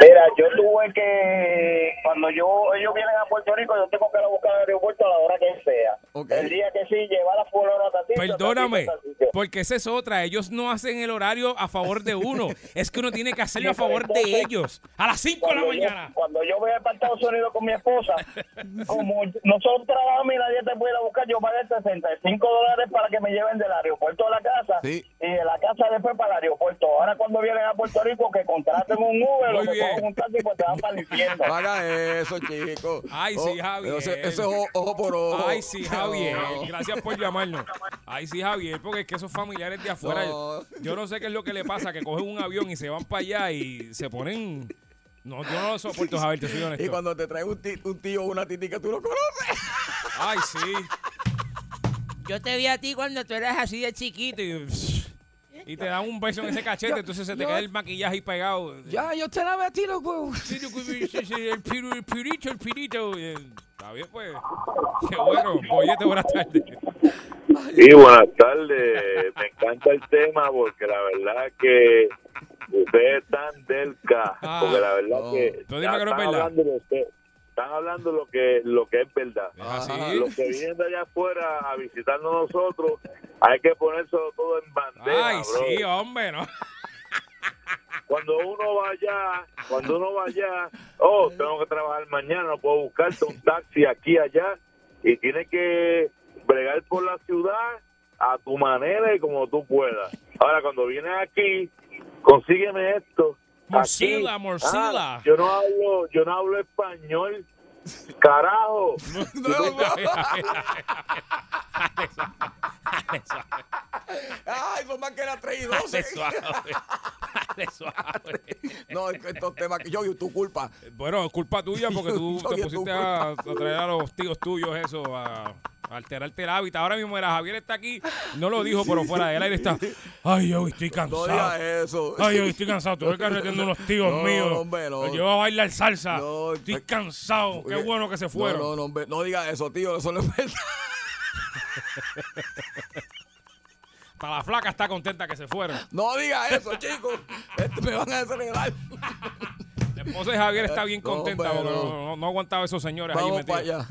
S9: Mira, yo tuve que, cuando yo ellos vienen a Puerto Rico, yo tengo que ir a buscar al aeropuerto a la hora que sea.
S3: Ok.
S9: El día que sí, llevar a fulano a tatito,
S5: Perdóname,
S9: tatito, tatito.
S5: porque esa es otra. Ellos no hacen el horario a favor de uno. Es que uno tiene que hacerlo a favor de ellos. A las 5 de la
S9: Cuando yo-
S5: mañana.
S9: Cuando yo voy para Estados Unidos con mi esposa, como nosotros trabajamos y nadie te puede ir a buscar, yo pagué 65 dólares para que me lleven del aeropuerto a la casa y de la casa después para el aeropuerto. Ahora cuando vienen a Puerto Rico que contraten un Uber
S3: Muy
S9: o que
S3: bien.
S9: cojan un taxi pues te van para el infierno.
S3: No haga eso, chico.
S5: Ay,
S3: Oh,
S5: sí, Javier.
S3: Eso, eso es o- ojo por
S9: Oh,
S3: ojo.
S5: Ay, sí, Javier.
S3: No.
S5: Gracias por llamarnos. Ay, sí, Javier, porque es que esos familiares de afuera,
S3: No.
S5: yo no sé qué es lo que le pasa, que cogen un avión y se van para allá y se ponen... No, yo no lo soporto, Javier, te soy honesto.
S3: Y cuando te trae un, ti- un tío o una titi que tú no conoces.
S5: Ay, sí.
S17: Yo te vi a ti cuando tú eras así de chiquito y...
S5: Y te dan un beso en ese cachete,
S17: Yo-
S5: entonces se te
S17: yo-
S5: queda el maquillaje ahí pegado.
S17: Ya, yo te la veo a ti, loco.
S5: Sí, yo- sí, sí, el, piru- el pirito, el pirito. eh, Está bien, pues. Qué bueno. Bollete, buenas tardes.
S13: Sí, buenas tardes. Me encanta el tema porque la verdad que ustedes están delca. Porque la verdad que,
S5: Tú dime que Ah, no es
S13: están
S5: verdad.
S13: hablando de usted- están hablando lo que lo que es verdad. Ah,
S5: así.
S13: Los que vienen de allá afuera a visitarnos nosotros, hay que ponérselo todo en bandera.
S5: Ay,
S13: bro.
S5: sí, hombre, ¿no?
S13: Cuando uno va allá, cuando uno va allá, oh, tengo que trabajar mañana, no puedo buscarte un taxi aquí allá y tienes que bregar por la ciudad a tu manera y como tú puedas. Ahora cuando vienes aquí, consígueme esto. aquí.
S5: Morcilla, morcilla.
S13: Ah, yo no hablo, yo no hablo español. Carajo.
S3: Ay, son más que era 3 y 12. No, es que estos temas que yo, y tu culpa.
S5: Bueno, es culpa tuya porque tú
S3: Yo-
S5: te
S3: yo-
S5: pusiste
S3: tu
S5: a, a
S3: culpa.
S5: traer a los tíos tuyos eso, a, a alterarte el hábitat. Ahora mismo era Javier está aquí, no lo dijo, pero fuera del aire está. Ay, yo estoy
S3: No
S5: cansado.
S3: digas eso.
S5: Ay, yo estoy cansado. Estoy carreteando unos tíos
S3: No,
S5: míos.
S3: hombre, no.
S5: Los llevo a bailar salsa.
S3: No, pues,
S5: estoy cansado. Qué bueno que se fueron.
S3: No, no, no, hombre, no digas eso, tío. Eso no es verdad.
S5: Hasta la flaca está contenta que se fueron.
S3: No digas eso, chicos. Esto me van a desregalar.
S5: Entonces Javier está bien
S3: No, hombre,
S5: contenta porque
S3: no.
S5: no, no- no aguantaba esos señores ahí
S3: Vamos
S5: metidos.
S3: para allá.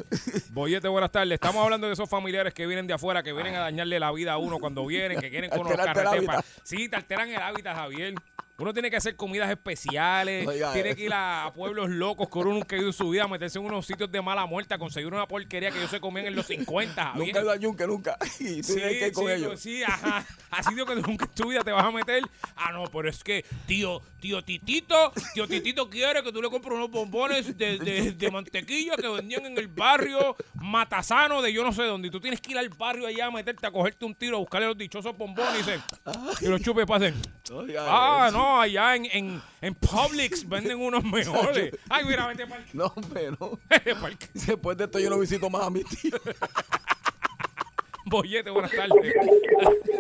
S5: Boyete, buenas tardes. Estamos hablando de esos familiares que vienen de afuera, que vienen a dañarle la vida a uno cuando vienen, que quieren que uno los
S3: Alterarte el
S5: carrete pa-
S3: hábitat.
S5: Sí, te alteran el hábitat, Javier. Uno tiene que hacer comidas especiales,
S3: No diga
S5: tiene
S3: eso.
S5: que ir a, a pueblos locos que uno nunca ha ido en su vida, a meterse en unos sitios de mala muerte, a conseguir una porquería que ellos se comían en los 50, Javier.
S3: Nunca he ido a Yunque, nunca. Y tú
S5: Sí,
S3: tienes que ir con
S5: sí,
S3: ellos.
S5: pues sí, ajá. Así digo que nunca en tu vida te vas a meter. Ah, no, pero es que tío, tío Titito, tío Titito quiere que tú le compres unos bombones de, de- de mantequilla que vendían en el barrio Matasano de yo no sé dónde. Y tú tienes que ir al barrio allá a meterte, a cogerte un tiro, a buscarle los dichosos bombones y dicen, y los chupes pasen. Ah, no, allá en, en, en Publix venden unos mejores. Ay, mira, vete para
S3: No, hombre, no. Después de esto yo no visito más a mi tío.
S5: bollete, buenas tardes.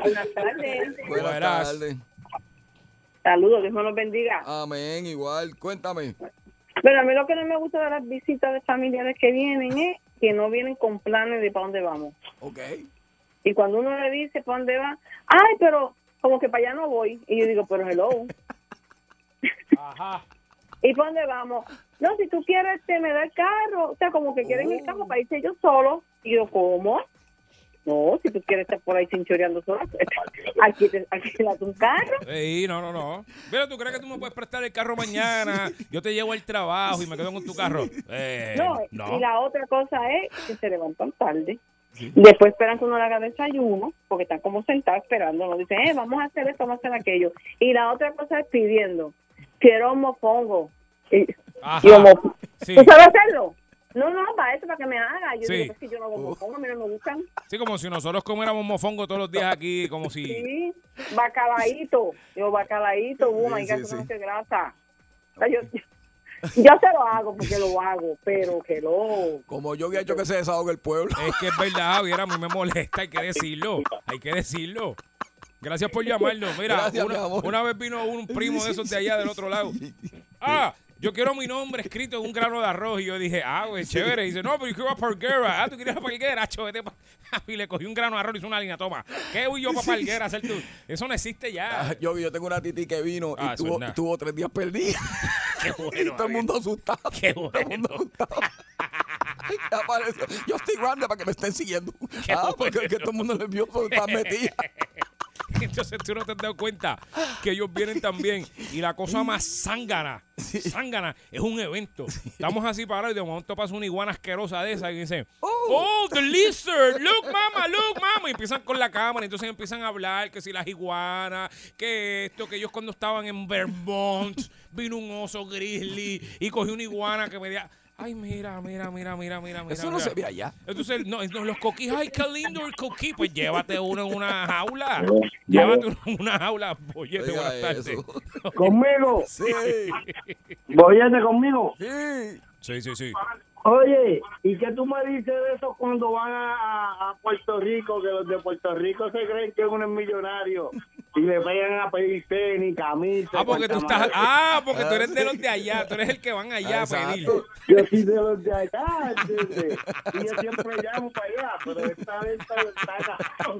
S6: Buenas tardes.
S3: Buenas
S5: Verás.
S3: tardes.
S6: Saludos, Dios me los bendiga.
S3: Amén, igual. Cuéntame.
S6: Pero a mí lo que no me gusta de las visitas de familiares que vienen es que no vienen con planes de para dónde vamos.
S3: Ok.
S6: Y cuando uno le dice para dónde va, ay, pero como que para allá no voy. Y yo digo, pero hello.
S5: Ajá.
S6: ¿Y para dónde vamos? No, si tú quieres, te me da el carro. O sea, como que quieren el carro para irse yo solo. Y yo, ¿cómo? No, si tú quieres estar por ahí chinchoreando solo, pues, aquí te, aquí te das un carro.
S5: Sí, no, no, no. Pero tú crees que tú me puedes prestar el carro mañana, yo te llevo al trabajo y me quedo con tu carro. Eh,
S6: No,
S5: no.
S6: y la otra cosa es que se levantan tarde. Después esperan que uno le haga desayuno, porque están como sentados esperando. No dicen, eh, vamos a hacer esto, vamos a hacer aquello. Y la otra cosa es pidiendo, quiero mofongo. Y-
S5: Ajá.
S6: y homo-
S5: Ah, Sí.
S6: ¿Tú sabes hacerlo? No, no, para eso, para que me haga. Yo
S5: Sí.
S6: digo, pues, que yo no hago mofongo, a mí no me gustan.
S5: Sí, como si nosotros comiéramos mofongo todos los días aquí, como si...
S6: Sí, bacalaíto. Yo, bacalaíto, oh my
S5: Sí,
S6: God,
S5: sí,
S6: eso no
S5: sí.
S6: hace grasa. O sea, yo, yo se lo hago porque lo hago, pero que lo...
S3: Como yo había hecho que se desahogue el pueblo.
S5: Es que es verdad, Javier, a mí me molesta, hay que decirlo, hay que decirlo. Gracias por llamarnos. Mira,
S3: Gracias, mi
S5: una,
S3: amor.
S5: una vez vino un primo de esos de allá del otro lado. Ah, yo quiero mi nombre escrito en un grano de arroz. Y yo dije, ah, güey, chévere. Y dice, no, pero yo quiero a Parguera. Ah, tú quieres a Parguera, cho, vete pa- Y le cogí un grano de arroz y hizo una línea, toma. ¿Qué voy yo para Parguera a hacer tú? Eso no existe ya.
S3: Ah, Yo, yo tengo una titi que vino
S5: Ah,
S3: y
S5: eso es
S3: tuvo,
S5: nada.
S3: tuvo tres días perdida.
S5: Qué
S3: y todo el mundo asustado.
S5: Qué
S3: Todo el mundo asustado. Y apareció, Yo estoy grande para que me estén siguiendo. ah, porque es que todo el mundo nervioso está metido.
S5: Entonces tú no te has dado cuenta que ellos vienen también. Y la cosa más zángana, zángana, es un evento. Estamos así parados y de momento pasa una iguana asquerosa de esa y dicen, oh, the lizard, look mama, look mama. Y empiezan con la cámara, entonces empiezan a hablar que si las iguanas, que esto, que ellos cuando estaban en Vermont, vino un oso grizzly y cogió una iguana que me decía... Ay, mira, mira, mira, mira, mira, mira.
S3: Eso no
S5: mira".
S3: se ve allá.
S5: Entonces, no, no, los coquís, ay, qué lindo el coquí. Pues llévate uno en una jaula.
S9: No,
S5: Llévate uno en una jaula, bollete,
S9: Oiga
S5: buenas tardes.
S9: ¿Conmigo?
S5: Sí.
S9: ¿Bollete conmigo?
S5: Sí, sí, sí.
S9: Oye, ¿y qué tú me dices de eso cuando van a, a- a Puerto Rico? Que los de Puerto Rico se creen que uno es millonario y le vayan a pedir tenis, camisa.
S5: Ah, porque tú estás. Ah, porque tú eres de los de allá. Tú eres el que van allá pues, a pedir.
S9: Yo soy de los de allá, ¿entiendes? Y yo siempre llamo para allá, pero esta vez está, está cabrón.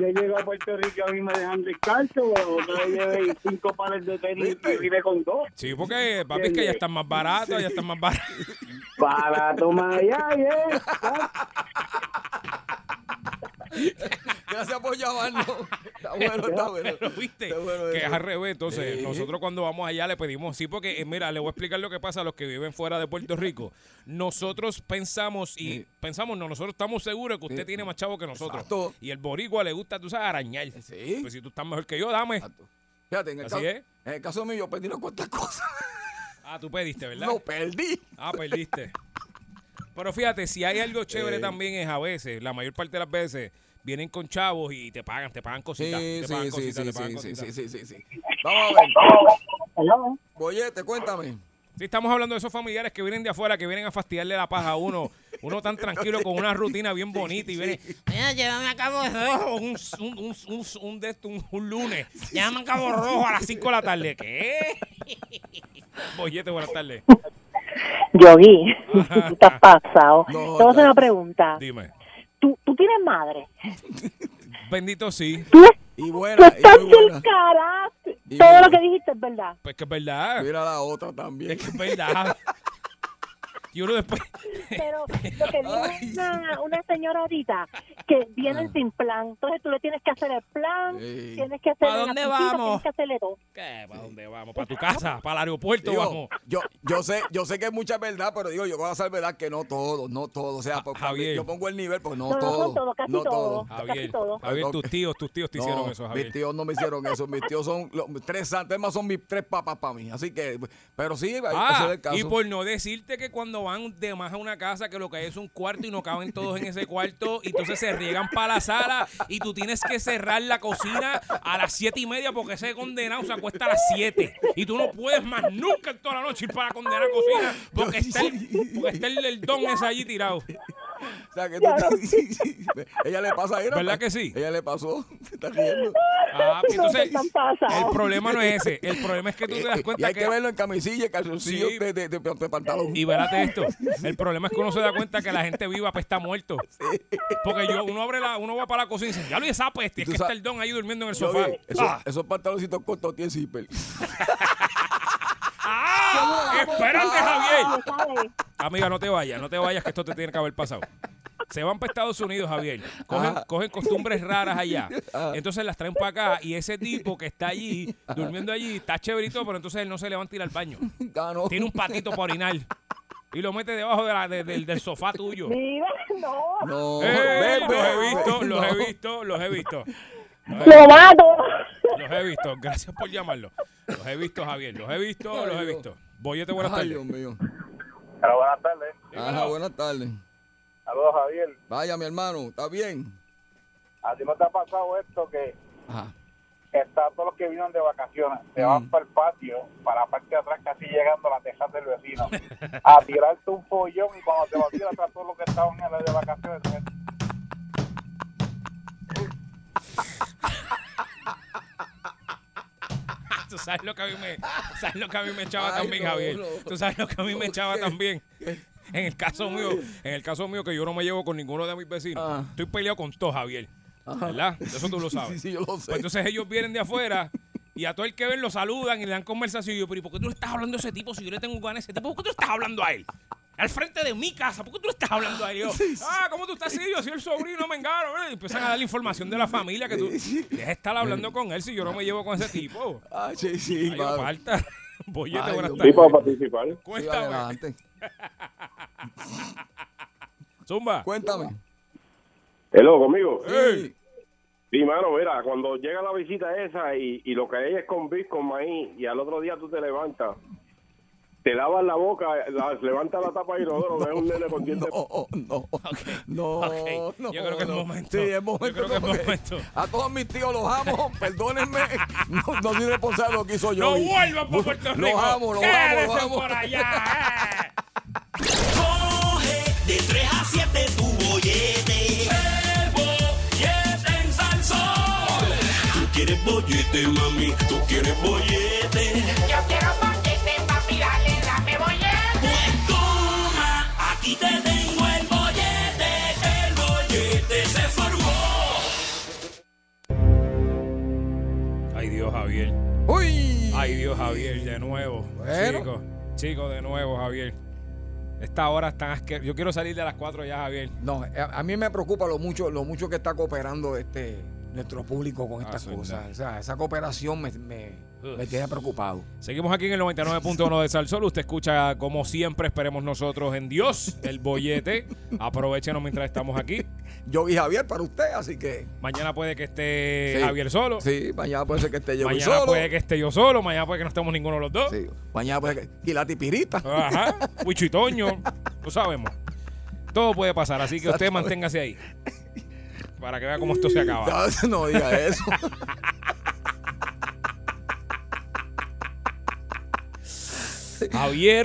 S9: Yo llego a Puerto Rico y a mí me dejan descalzo, o me llevé cinco pares de tenis y vine con dos.
S5: Sí, porque papi, es que allá están más baratos, allá están más baratos.
S9: Barato más allá, ¿eh?
S3: Gracias por llamarnos. Está bueno, está bueno.
S5: Pero, ¿viste? Que es al revés. Entonces, nosotros cuando vamos allá le pedimos, sí, porque eh, mira, le voy a explicar lo que pasa a los que viven fuera de Puerto Rico. Nosotros pensamos y pensamos, no, nosotros estamos seguros que usted tiene Pues
S3: Ah.
S5: más chavo que nosotros. Y el boricua le gusta, tú sabes, arañar. Pues si tú estás mejor que yo, dame.
S3: Fíjate, en el,
S5: Así
S3: caso,
S5: es.
S3: en el caso mío, yo perdí unas cuantas cosas.
S5: Ah, tú pediste, ¿verdad?
S3: Lo perdí.
S5: Ah, perdiste. Pero fíjate, si hay algo chévere
S3: Eh.
S5: también es a veces, la mayor parte de las veces, vienen con chavos y te pagan, te pagan cositas.
S3: Sí,
S5: te
S3: sí,
S5: pagan
S3: sí,
S5: cositas,
S3: sí,
S5: te pagan
S3: sí,
S5: cositas.
S3: sí, sí, sí, sí. Vamos a ver. Boyete, cuéntame.
S5: Sí, estamos hablando de esos familiares que vienen de afuera, que vienen a fastidiarle la paja a uno. Uno tan tranquilo con una rutina bien bonita y viene. Mira, llévame a Cabo Rojo un, un, un, un, un de esto, un, un lunes. Llévame a Cabo Rojo a las 5 de la tarde. ¿Qué? Bollete, buenas tardes.
S18: Yogi, tú te has pasado. Te voy a hacer una pregunta.
S5: Dime.
S18: ¿Tú, tú tienes madre.
S5: Bendito sí.
S3: Y
S18: tú
S3: buena, y
S18: estás
S3: muy
S18: del
S3: buena.
S18: cara.
S3: Y
S18: Todo
S3: buena.
S18: lo que dijiste es verdad.
S5: Pues que es verdad.
S3: Mira la otra también.
S5: Es que es verdad. Y uno después.
S18: Pero lo que dijo una, una señora ahorita, que vienen sin plan. Entonces tú le tienes que hacer el plan,
S5: Sí.
S18: tienes que hacer
S5: ¿Para
S18: la
S5: dónde
S18: piscina,
S5: vamos?
S18: tienes que hacerle todo.
S5: ¿Qué? ¿Para dónde vamos? ¿Para tu casa? ¿Para el aeropuerto?
S3: Digo,
S5: vamos.
S3: Yo, yo sé, yo sé que es mucha verdad, pero digo, yo voy a salvedad que no todos, no todos. O
S5: Ah,
S3: sea, por- yo pongo el nivel, pues no,
S18: No, no
S3: todos.
S18: son todos, casi
S3: no
S18: todos,
S3: todos.
S18: casi Javier, todos.
S5: Javier, tus tíos, tus tíos te
S3: No,
S5: hicieron eso, Javier.
S3: Mis tíos no me hicieron eso. Mis tíos son los tres santos. Es más, son mis tres papas para mí. Así que, pero sí, ese es
S5: Ah,
S3: el caso.
S5: y por no decirte que cuando van de más a una casa que lo que hay es un cuarto y no caben todos en ese cuarto y entonces se riegan para la sala y tú tienes que cerrar la cocina a las siete y media porque ese condenado se acuesta a las 7 y tú no puedes más nunca en toda la noche ir para la condenada cocina porque está el, porque está el, el don ese allí tirado.
S3: O sea, que tú estás- ella le pasa ahí,
S5: ¿Verdad que sí?
S3: Ella le pasó. Se está riendo.
S5: Ah, pues entonces el problema no es ese, el problema es que tú te das
S3: Eh, Y
S5: cuenta
S3: hay que, verlo en camisillas, calzoncillos
S5: Sí.
S3: de, de, de- de pantalón.
S5: Y verás esto, el problema es que uno se da cuenta que la gente viva pues está muerto. Porque yo, uno abre la, uno va para la cocina y dice, ya lo esa peste, es
S3: Tú
S5: que
S3: sabes-
S5: está el don ahí durmiendo en el
S3: Yo
S5: sofá.
S3: vi, Esos,
S5: ¡Ah!
S3: esos pantaloncitos cortos tienen zipper.
S5: ¡Espérate, Javier! Amiga, no te vayas, no te vayas, que esto te tiene que haber pasado. Se van para Estados Unidos, Javier. Cogen,
S3: Ah.
S5: cogen costumbres raras allá. Entonces las traen para acá y ese tipo que está allí, durmiendo allí, está chéverito, pero entonces él no se levanta a ir al baño. Tiene un patito para orinar. Y lo mete debajo de la- de- del- del sofá tuyo.
S18: Mira, no.
S3: No.
S5: Eh,
S3: Ve,
S5: los
S3: ve,
S5: he
S3: ve.
S5: visto, los
S3: No.
S5: he visto, los he visto.
S18: Lo mato.
S5: Los he visto, gracias por llamarlo. Los he visto, Javier, los he visto,
S3: Ay,
S5: los he
S3: Dios.
S5: visto. Boyete, buenas
S3: Ay,
S5: tardes.
S3: Dios mío.
S15: buenas tardes.
S3: Ajá, buenas tardes.
S15: Saludos, Javier.
S3: Vaya, mi hermano, ¿está bien?
S15: ¿A ti no te ha pasado esto que
S3: Ajá. Mm.
S15: está todos los que vinieron de vacaciones, se van para el patio, para la parte de atrás, casi llegando a la teja del vecino, a tirarte un follón y cuando te vas a tirar atrás todos los que estaban en la de vacaciones?
S5: Tú sabes lo que a mí me, sabes lo que a mí me echaba
S3: Ay,
S5: también,
S3: no,
S5: Javier.
S3: no.
S5: Tú sabes lo que a mí me echaba también. En el caso mío, en el caso mío que yo no me llevo con ninguno de mis vecinos, estoy peleado con todos, Javier. ¿Verdad? Eso tú lo sabes.
S3: Ah. Sí, sí, yo lo sé.
S5: Pues entonces ellos vienen de afuera y a todo el que ven lo saludan y le dan conversación. Y yo, pero ¿y por qué tú le estás hablando a ese tipo si yo le tengo ganas a ese tipo? ¿Por qué tú le estás hablando a él? Al frente de mi casa, ¿por qué tú le estás hablando a él? Y yo, ah, ¿cómo tú estás? Sí, yo soy el sobrino, me engano. ¿eh?" Y empiezan a dar la información de la familia que tú deja de estar hablando con él si yo no me llevo con ese tipo.
S3: Ah, sí, sí.
S5: Ay,
S3: vale.
S5: falta. Bollete,
S3: Ay,
S5: buenas
S3: Dios mío.
S5: tardes.
S3: Sí,
S5: Cuéntame.
S3: vale, adelante.
S5: Zumba.
S3: Cuéntame.
S16: Hello, conmigo.
S3: Sí.
S16: Sí, mano, mira, cuando llega la visita esa y, y lo que hay es con bis, con maíz, y al otro día tú te levantas, te lavas la boca, la- levantas la tapa y inodoro, ves un nene con dientes.
S3: No, no, no,
S5: Ok,
S3: no,
S5: yo creo que es
S3: no.
S5: momento.
S3: Sí, es momento.
S5: creo que es
S3: porque
S5: momento.
S3: A todos mis tíos los amo, perdónenme. No, no soy responsable de lo que hizo yo.
S5: No vuelvan por Puerto Rico.
S3: Los amo, los amo,
S5: Quédense
S3: los amo.
S5: por allá.
S1: De 3 a 7 tu bollete. El bollete en Salsón. Tú quieres bollete, mami. Tú quieres bollete.
S7: Yo quiero bollete, papi, dale, dame bollete.
S1: Pues toma, aquí te tengo el bollete. El bollete se formó.
S5: Ay, Dios, Javier.
S3: ¡Uy!
S5: Ay, Dios, Javier, de nuevo.
S3: Bueno.
S5: Chicos, chicos, de nuevo, Javier. Esta hora es tan asquerosa. Yo quiero salir de las 4 ya, Javier.
S3: No, eh, a, a mí me preocupa lo mucho, lo mucho que está cooperando este nuestro público con estas
S5: eso es
S3: cosas.
S5: verdad.
S3: O sea, esa cooperación me, me, me
S5: Ah, Uf.
S3: tiene preocupado.
S5: Seguimos aquí en el 99.1 de Salsol. Usted escucha, como siempre, esperemos nosotros en Dios, el bollete. Aprovechenos mientras estamos aquí.
S3: yo y Javier para usted, así que.
S5: Mañana puede que esté
S3: Sí.
S5: Javier solo.
S3: Sí, mañana puede ser que esté yo
S5: mañana
S3: solo.
S5: puede que esté yo solo. Mañana puede que no estemos ninguno de los dos.
S3: Mañana puede que. Y la tipirita.
S5: Ajá. Huicho y Toño. Lo sabemos. Todo puede pasar. Así que usted
S3: Exactamente.
S5: manténgase ahí. Para que vea cómo esto se acaba.
S3: No, no diga eso.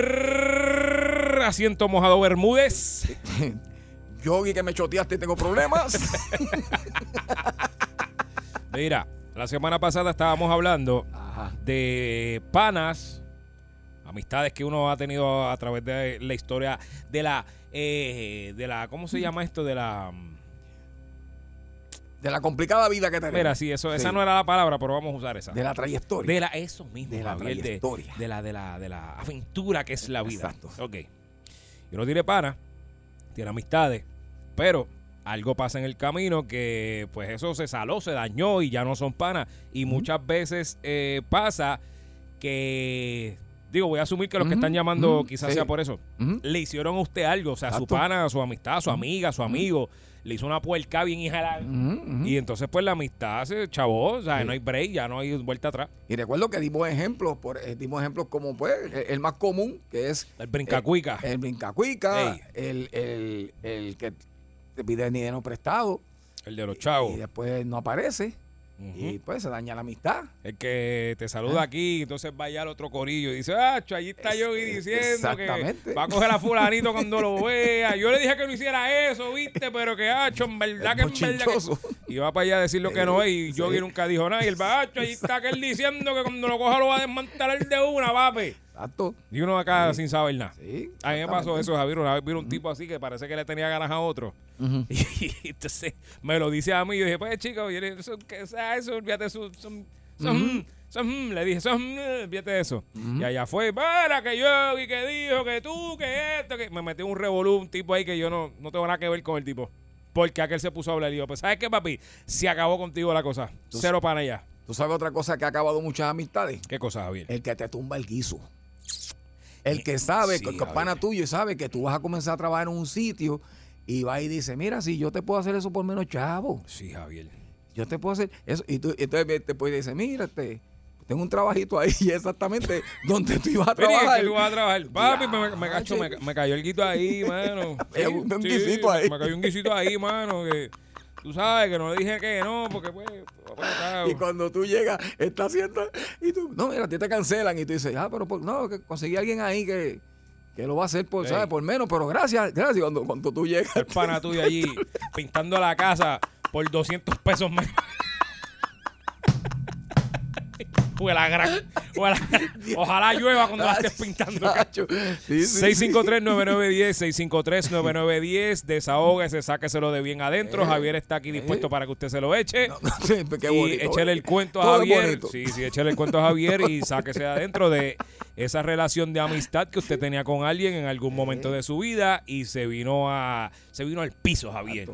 S5: Javier, asiento mojado Bermúdez.
S3: Yogi que me choteaste, tengo problemas.
S5: Mira, la semana pasada estábamos hablando de panas, amistades que uno ha tenido a través de la historia de la, eh, de la, ¿cómo se llama esto? De la, mm,
S3: de la complicada vida que tenemos.
S5: Mira, sí, eso, esa
S3: Sí.
S5: no era la palabra, pero vamos a usar esa.
S3: De la trayectoria.
S5: De la, eso mismo.
S3: De la
S5: Javier, de-
S3: trayectoria.
S5: De, la, de la, de la aventura que es la vida. Exacto. Ok. Yo no tiene pana, tiene amistades, pero algo pasa en el camino que pues eso se saló, se dañó y ya no son panas. Y muchas veces eh, pasa que, digo, voy a asumir que los que
S3: Ujú,
S5: están llamando
S3: ujú,
S5: quizás
S3: sí.
S5: sea por eso.
S3: Ujú.
S5: Le hicieron a usted algo, o sea, su
S3: Exacto.
S5: pana, su amistad, su amiga, su amigo, le hizo una puerca bien hija de la-
S3: Mm,
S5: y entonces, pues la amistad se chavó, o sea,
S3: Sí.
S5: no hay break, ya no hay vuelta atrás.
S3: Y recuerdo que dimos ejemplos, por, eh, dimos ejemplos como pues el, el más común, que es...
S5: El brincacuica.
S3: El, brincacuica,
S5: Ey.
S3: el, el- el que te pide dinero prestado
S5: El de los chavos.
S3: eh, y después no aparece y
S5: Ujú.
S3: pues se daña la amistad.
S5: El que te saluda
S3: Ah.
S5: aquí, entonces vaya al otro corillo y dice, ah, cho, allí está Yogi diciendo que
S3: exactamente.
S5: va a coger a fulanito cuando lo vea. Yo le dije que no hiciera eso, viste, pero que, ah, cho, en verdad que en verdad que... Y va para allá a decir lo que no es
S3: Eh,
S5: y Yogi nunca dijo nada. Y el va, ah, cho, allí está aquel diciendo que cuando lo coja lo va a desmantelar de una, papi.
S3: Exacto.
S5: Y uno acá sin saber nada. a mí me pasó
S3: exactamente.
S5: eso, Javier. Una vez vi un tipo así que parece que le tenía ganas a otro.
S3: Ujú.
S5: Y entonces me lo dice a mí. Yo dije, pues chicos, yo le dije, "Son- ¿qué es eso? Olvídate de eso. Son, son- mm,
S3: Ujú.
S5: son- le dije, son, eh, olvídate de eso. Y allá fue, para que yo, y que dijo, que tú, que esto, que me metí un revolú, un tipo ahí que yo no, no tengo nada que ver con el tipo. Porque aquel se puso a hablar y yo, pues, ¿sabes qué, papi? Se acabó contigo la cosa. Cero para allá.
S3: ¿Tú sabes otra cosa que ha acabado muchas amistades?
S5: ¿Qué cosa, Javier?
S3: El que te tumba el guiso. El que sabe,
S5: Eh, Sí,
S3: que que es pana tuyo y sabe que tú vas a comenzar a trabajar en un sitio y va y dice, mira, si yo te puedo hacer eso por menos chavo.
S5: Sí, Javier.
S3: Yo te puedo hacer eso. Y tú, y entonces te puede decir, mira, este, tengo un trabajito ahí exactamente donde tú ibas a
S5: Vení,
S3: trabajar.
S5: que tú vas a trabajar. Papi, me, me, cacho, me, me cayó el guito ahí, mano.
S3: Me cayó un
S5: Sí,
S3: guisito
S5: me-
S3: ahí.
S5: Me, cayó un guisito ahí, mano. Que, tú sabes que no le dije que no, porque pues. pues, claro.
S3: Y cuando tú llegas, está haciendo. Y tú, no, mira, a ti te cancelan. Y tú dices, ah, pero por- no, que conseguí a alguien ahí que, que lo va a hacer por,
S5: Ey.
S3: ¿sabes? por menos, pero gracias, gracias. Cuando, cuando tú llegas.
S5: El pana tuyo allí pintando la casa por 200 pesos menos. Fue la gran. fue la gran- Ojalá llueva cuando la estés pintando.
S3: cacho. Sí, sí,
S5: 653-9910, 653-9910. Desahógese, sáqueselo de bien
S3: Eh,
S5: adentro. Javier está aquí dispuesto para que usted se lo eche.
S3: sí, qué bonito,
S5: y échele el
S3: ¿eh?
S5: cuento a
S3: Todo es
S5: Javier.
S3: bonito.
S5: Sí, sí, échele el cuento a Javier y sáquese de adentro de esa relación de amistad que usted tenía con alguien en algún momento de su vida y se vino a se vino al piso, Javier.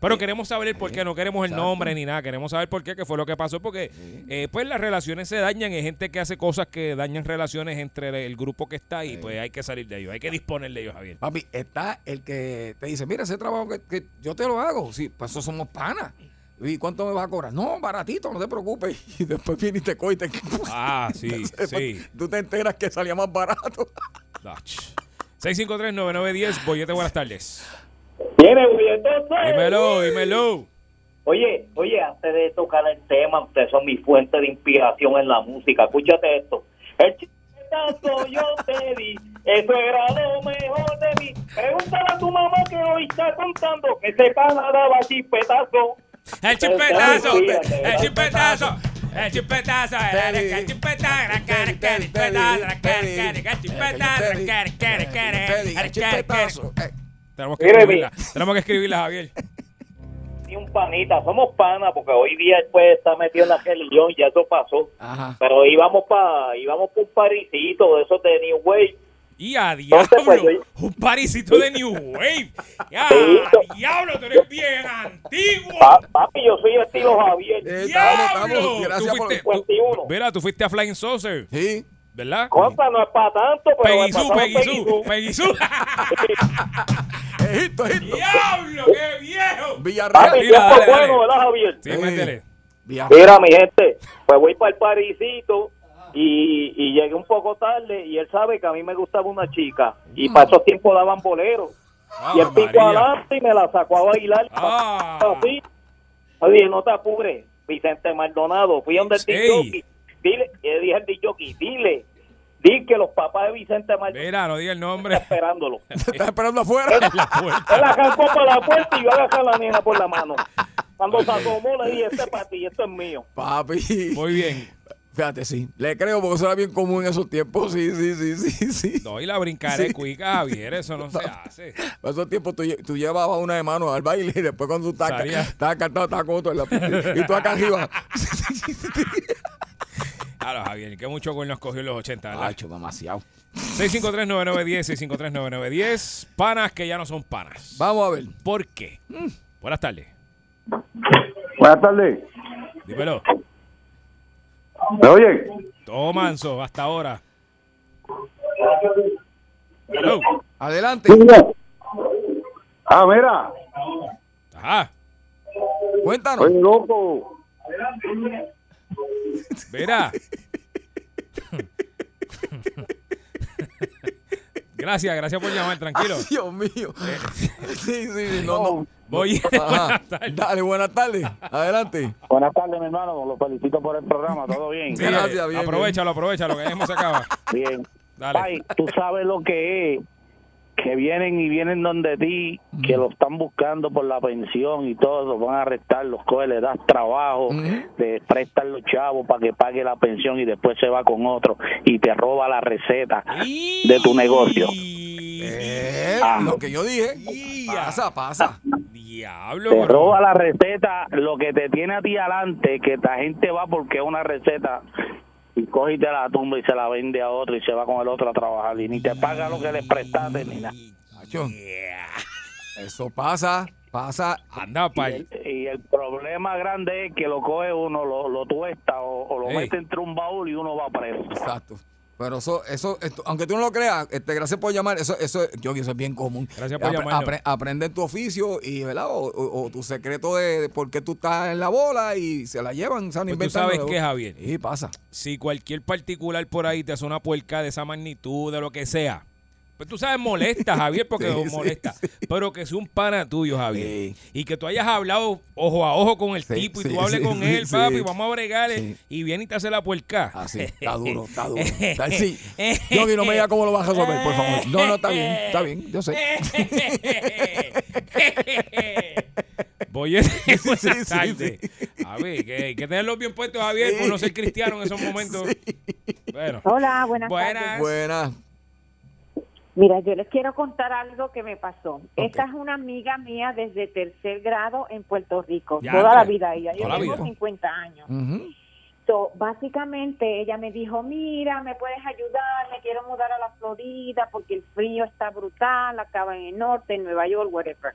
S5: Pero queremos saber el por qué, no queremos el
S3: Exacto.
S5: nombre ni nada, queremos saber por qué, qué fue lo que pasó, porque eh, pues las relaciones se dañan, hay gente que hace cosas que dañan relaciones entre el grupo que está y pues hay que salir de ellos, hay que disponer de ellos, Javier.
S3: Papi, está el que te dice, mira, ese trabajo que, que yo te lo hago. Sí, pues eso somos panas. ¿Y cuánto me vas a cobrar? No, baratito, no te preocupes. Y después viene y te coge y te-
S5: Ah, sí, sí.
S3: Tú te enteras que salía más barato.
S5: Dach. 653-9910, Bollete, buenas tardes.
S2: Dime, billetote.
S5: Dímelo, dímelo.
S2: Oye, oye, antes de tocar el tema, ustedes son mi fuente de inspiración en la música. Escúchate esto. El chiquetazo yo te di, eso era lo mejor de mí. Pregúntale a tu mamá que hoy está contando que se pana daba chispetazo.
S5: El chispetazo, el chispetazo, el chispetazo, el el chispetazo, el chispetazo, el chispetazo, el chispetazo, el chispetazo. Tenemos que
S2: Mire,
S5: escribirla, tenemos que escribirla, Javier.
S2: Ni un panita, somos panas, porque hoy día después está metido en la religión, ya eso pasó. Pero íbamos para íbamos pa un parisito de esos de New Way.
S5: Y a
S2: pues,
S5: diablo, un parisito de New Wave. Ya, diablo, tú eres bien antiguo.
S2: Ah, Papi, yo soy estilo Javier.
S3: Eh,
S5: Diablo, tú fuiste, tú- mira, tú fuiste a Flying Saucer.
S3: Sí.
S5: ¿Verdad?
S2: Cosa no es para tanto, pero
S5: Peguizú,
S2: pasamos
S5: Peguizú, Peguizú.
S3: Egipto, Egipto.
S5: ¡Diablo, qué viejo!
S3: Villarreal.
S2: Papi,
S3: Mira,
S2: tiempo
S3: dale, dale.
S2: bueno, ¿verdad, Javier?
S5: Sí, métele.
S2: Mira, mi gente, pues voy para el Parisito y, y llegué un poco tarde y él sabe que a mí me gustaba una chica y para esos tiempos daban boleros. y él picó
S1: María.
S2: adelante y me la sacó a bailar. Así. Yo dije, no te apures, Vicente Maldonado. Fui donde el
S5: Sí.
S2: DJ. Dile, le dije al DJ, dile, dile que los papás de Vicente Maldonado
S5: Mira, no diga el nombre.
S2: esperándolo.
S3: Está esperando afuera.
S5: En la puerta.
S2: Él arrancó para la puerta y yo agarré a la nena por la mano. Cuando se acomodó le dije, este es para ti, esto es mío.
S3: Papi.
S5: Muy bien.
S3: Fíjate, sí. Le creo porque eso era bien común en esos tiempos. Sí, sí, sí, sí, sí.
S5: No, y la brincaré cuica, Javier, eso no se hace.
S3: En esos tiempos tú, lle- tú llevabas una de mano al baile y después cuando tú estabas ca- estabas cantado, estabas con otro en la Y tú acá arriba.
S5: Claro, Javier, que mucho gol nos cogió en los 80, ¿verdad?
S10: Hacho, demasiado.
S5: 653-9910, 653-9910. Panas que ya no son panas.
S3: Vamos a ver.
S5: ¿Por qué? Buenas tardes.
S4: Buenas tardes.
S5: Dímelo.
S4: ¿Me oyen?
S5: Todo manso, hasta ahora.
S3: Adelante.
S4: Ah, mira.
S5: Ajá.
S3: Cuéntanos.
S4: Oye, loco.
S5: Verá. gracias, gracias por llamar, tranquilo. Eh.
S3: Ay, Dios mío. Sí, sí, sí. No, no.
S5: Voy.
S3: Ajá.
S5: Buenas tardes.
S3: Dale, buenas tardes. Adelante.
S4: Buenas tardes, mi hermano. Los felicito por el programa. ¿Todo bien?
S5: Sí, eh, aprovechalo, aprovechalo, que mismo se acaba.
S4: Bien.
S5: Dale.
S4: Pai, tú sabes lo que es. Que vienen y vienen donde ti, que lo están buscando por la pensión y todo, los van a arrestar, los coges, le das trabajo, le prestan los chavos para que pague la pensión y después se va con otro y te roba la receta de tu negocio.
S3: Eh, lo que yo dije. Pasa, pasa.
S5: Diablo.
S4: Te
S5: bro.
S4: roba la receta, lo que te tiene a ti adelante, que la gente va porque es una receta y coge y te la tumba y se la vende a otro y se va con el otro a trabajar y ni te paga lo que le prestaste ni nada.
S3: Acho. Eso pasa, pasa.
S5: Anda,
S4: Y el, y el problema grande es que lo coge uno, lo, lo tuesta o, o lo
S3: Ey.
S4: mete entre un baúl y uno va preso.
S3: Exacto. Pero eso, eso, esto- aunque tú no lo creas, este, gracias por llamar. Eso, eso, yo que eso es bien común.
S5: Gracias por
S3: Apre-
S5: llamarnos.
S3: apre- aprende tu oficio y, ¿verdad? O, o- o tu secreto de, de por qué tú estás en la bola y se la llevan, se han
S5: Pues tú
S3: inventado.
S5: sabes qué, Javier.
S3: Sí, pasa.
S5: Si cualquier particular por ahí te hace una puerca de esa magnitud, de lo que sea, pues tú sabes, molesta, Javier, porque
S3: Sí, sí,
S5: molesta. Pero que sea un pana tuyo, Javier. Y que tú hayas hablado ojo a ojo con el
S3: Sí,
S5: tipo
S3: sí,
S5: y tú hables
S3: sí,
S5: con
S3: sí,
S5: él,
S3: sí.
S5: papi, vamos a bregar.
S3: Sí.
S5: Y viene y te hace la puerca.
S3: Así, está duro, está duro. Está- sí. Yogi, no me diga cómo lo vas a resolver, por favor. No, no, está bien, está bien, yo sé.
S5: Voy a tarde. A ver, que hay que tenerlos bien puestos, Javier, por no ser cristiano en esos momentos. Bueno.
S6: Hola, buenas,
S5: Buenas.
S6: tardes.
S3: Buenas.
S6: Mira, yo les quiero contar algo que me pasó. Esta es una amiga mía desde tercer grado en Puerto Rico,
S19: Ya,
S6: toda la
S19: hombre.
S6: vida ella. Yo
S19: Toda la
S6: tengo
S19: vida.
S6: 50 años. So, básicamente ella me dijo, mira, me puedes ayudar, me quiero mudar a la Florida porque el frío está brutal, acaba en el norte, en Nueva York, whatever.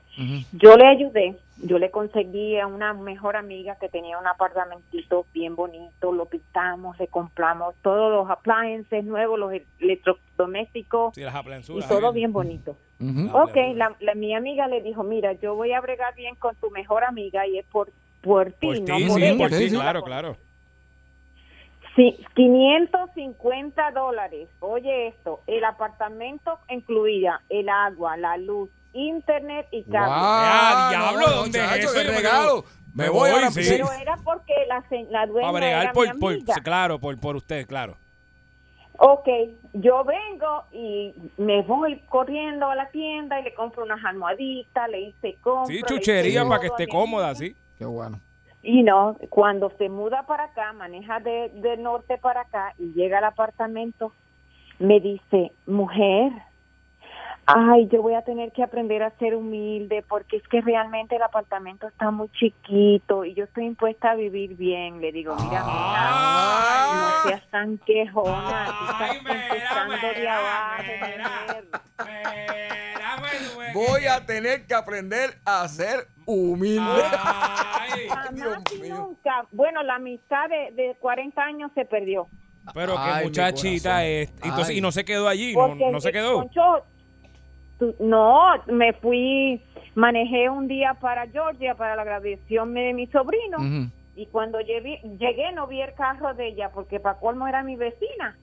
S6: Yo le ayudé, yo le conseguí a una mejor amiga que tenía un apartamentito bien bonito, lo pintamos, le compramos todos los appliances nuevos, los electrodomésticos
S5: Sí, las aplanzuras,
S6: y todo
S5: Javier.
S6: bien bonito.
S5: Ujú.
S6: Ok, la, la- mi amiga le dijo, Pues mira, yo voy a bregar bien con tu mejor amiga y es por, por ti,
S5: Por
S6: no
S5: ti,
S6: por
S5: sí,
S6: ella.
S5: por ti,
S6: Sí,
S5: claro, claro.
S6: Sí, 550 dólares. Oye esto, el apartamento incluía el agua, la luz, internet y cable.
S5: Ah, diablo, ¿dónde es
S3: muchacho,
S5: eso?
S3: qué
S5: Yo me
S3: regalo.
S5: quedo-
S3: Me voy ahora
S5: sí.
S6: Pero era porque la, se- la dueña
S5: A
S6: era
S5: bregar
S6: mi
S5: por, por-
S6: amiga.
S5: claro, por, por usted, claro.
S6: Ok, yo vengo y me voy corriendo a la tienda y le compro unas almohaditas, le hice compras.
S5: Sí,
S6: le hice
S5: chuchería
S6: todo
S5: para que
S6: a
S5: esté
S6: mi
S5: cómoda, sí.
S10: Qué bueno.
S6: Y no, cuando se muda para acá, maneja de, de norte para acá y llega al apartamento, me dice, mujer, ay, yo voy a tener que aprender a ser humilde porque es que realmente el apartamento está muy chiquito y yo estoy impuesta a vivir bien. Le digo, mira, mija, no seas tan quejona, tú estás empezando de abajo. mujer".
S3: pues, Voy a tener que aprender a ser humilde.
S5: Ah.
S6: Jamás y nunca. Bueno, la amistad de, de 40 años se perdió.
S5: Pero
S3: Ay, mi
S5: qué muchachita
S3: corazón.
S5: es. Entonces,
S3: Ay.
S5: y no se quedó allí, no,
S6: Porque
S5: no se
S6: el
S5: quedó.
S6: Concho, tú- no, me fui, manejé un día para Georgia para la graduación de mi sobrino
S1: Ujú.
S5: Mm.
S6: y cuando llegué, llegué no vi el carro de ella porque para colmo era mi vecina.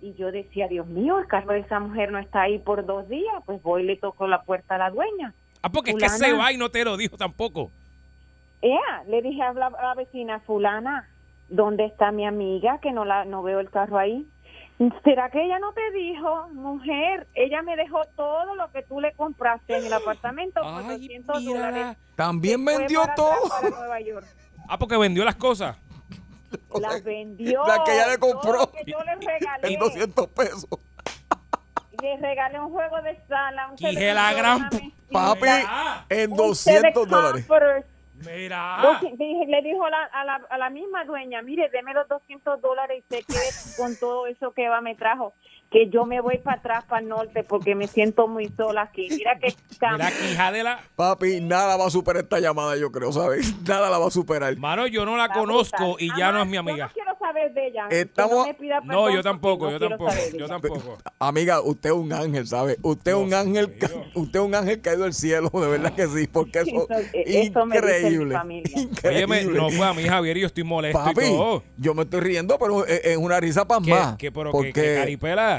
S6: Y yo decía, Dios mío, el carro de esa mujer no está ahí por dos días. Pues voy y le toco la puerta a la dueña.
S5: Ah, porque es que
S6: Fulana.
S5: se va y no te lo dijo tampoco.
S6: Ea, le dije a la, a la vecina fulana, ¿dónde está mi amiga que no la no veo el carro ahí? ¿Será que ella no te dijo, mujer? Ella me dejó todo lo que tú le compraste en el apartamento por 200 dólares.
S3: También
S6: Fue
S3: vendió
S6: para atrás,
S3: todo.
S6: para Nueva York.
S5: Ah, porque vendió las cosas.
S6: Las vendió.
S3: La que ella le
S6: todo
S3: compró.
S6: lo que yo le regalé.
S3: En 200 pesos.
S6: Le regalé un juego de sala. Un
S3: Dije
S6: televisor,
S3: la gran
S6: una mesa,
S3: Papi, en
S6: un
S3: 200 dólares.
S6: teleconference.
S5: Mira.
S6: Dos- dije- le dijo la- a, la, a la misma dueña, mire, deme los 200 dólares y se quede con todo eso que Eva me trajo, que yo me voy para atrás, para el norte, porque me siento muy sola aquí. Mira que cambio.
S3: Papi, nada va a superar esta llamada, yo creo, ¿sabes? Nada la va a superar.
S5: Mano, yo no la conozco y ya no es mi amiga.
S6: quiero saber de ella.
S3: Estamos-
S6: que no me pida
S5: No,
S6: perdón,
S5: yo tampoco,
S6: porque
S5: yo
S6: no quiero
S5: tampoco,
S6: saber de
S5: yo
S6: ella.
S5: tampoco.
S3: Amiga, usted es un ángel, ¿sabe? Usted es un ángel, ca- usted es un ángel caído del cielo, de verdad que sí, porque eso,
S6: Eso-
S3: es
S6: eso me dice mi
S3: increíble.
S6: familia.
S5: Oye,
S3: Increíble.
S5: no fue a mí, Javier, y yo estoy molesto y
S3: Papi,
S5: todo.
S3: yo me estoy riendo, pero es es una risa
S5: ¿Qué,
S3: pasmada.
S5: qué, pero qué,
S3: porque,
S5: qué caripela?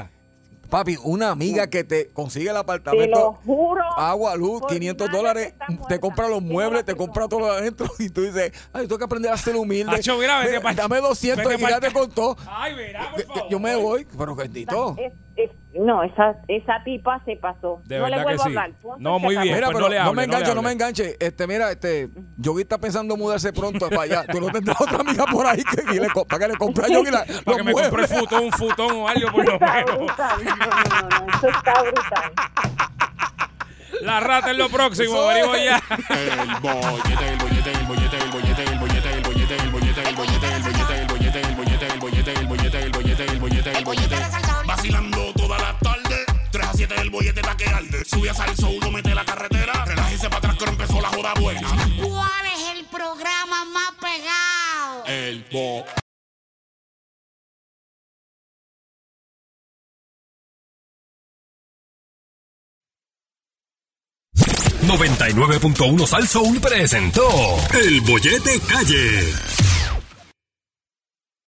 S3: papi, una amiga que te consigue el
S6: Te lo
S3: apartamento,
S6: juro.
S3: agua, luz, 500 dólares, te compra los muebles, te compra todo lo de adentro y tú dices, ay, tengo que aprender a ser humilde.
S5: Acho, mira, vete
S3: Ve,
S5: pa-
S3: Dame 200
S5: vete
S3: y
S5: pa-
S3: ya te contó.
S5: Ay, mira,
S3: Yo- Yo me voy, pero bendito.
S6: Ah, Es- es- no, esa, esa tipa se pasó.
S3: De
S6: no le
S3: verdad que
S6: vuelvo a
S3: sí.
S6: hablar. Punto y
S5: No,
S6: se
S5: muy
S6: acabó.
S5: bien,
S3: Mira,
S5: pues
S3: pero
S5: no le
S3: no,
S5: hable,
S3: me
S5: no le
S3: enganche, no,
S5: hable.
S3: me enganche. Este, mira, este, Yogi está pensando mudarse pronto para allá. Tú no tendrás otra amiga por ahí que, y le co- para que le compre a Yogi la,
S5: Para que me compre el futón, un futón o algo por lo menos. La rata es lo próximo, venimos ya.
S14: El bollete, el bollete, el bollete, el bollete, el bollete, el bollete, el bollete, el bollete, el bollete, el bollete, el bollete, el bollete, el bollete, el bollete, el bollete, el bollete.
S1: Vacilando toda la tarde, 3 a 7 del bollete la que arde. Sube a salso, uno mete la carretera, relájese para atrás que ahora empezó la joda buena.
S7: ¿Cuál es el programa más pegado?
S14: El bo.
S9: presentó El Bollete Calle.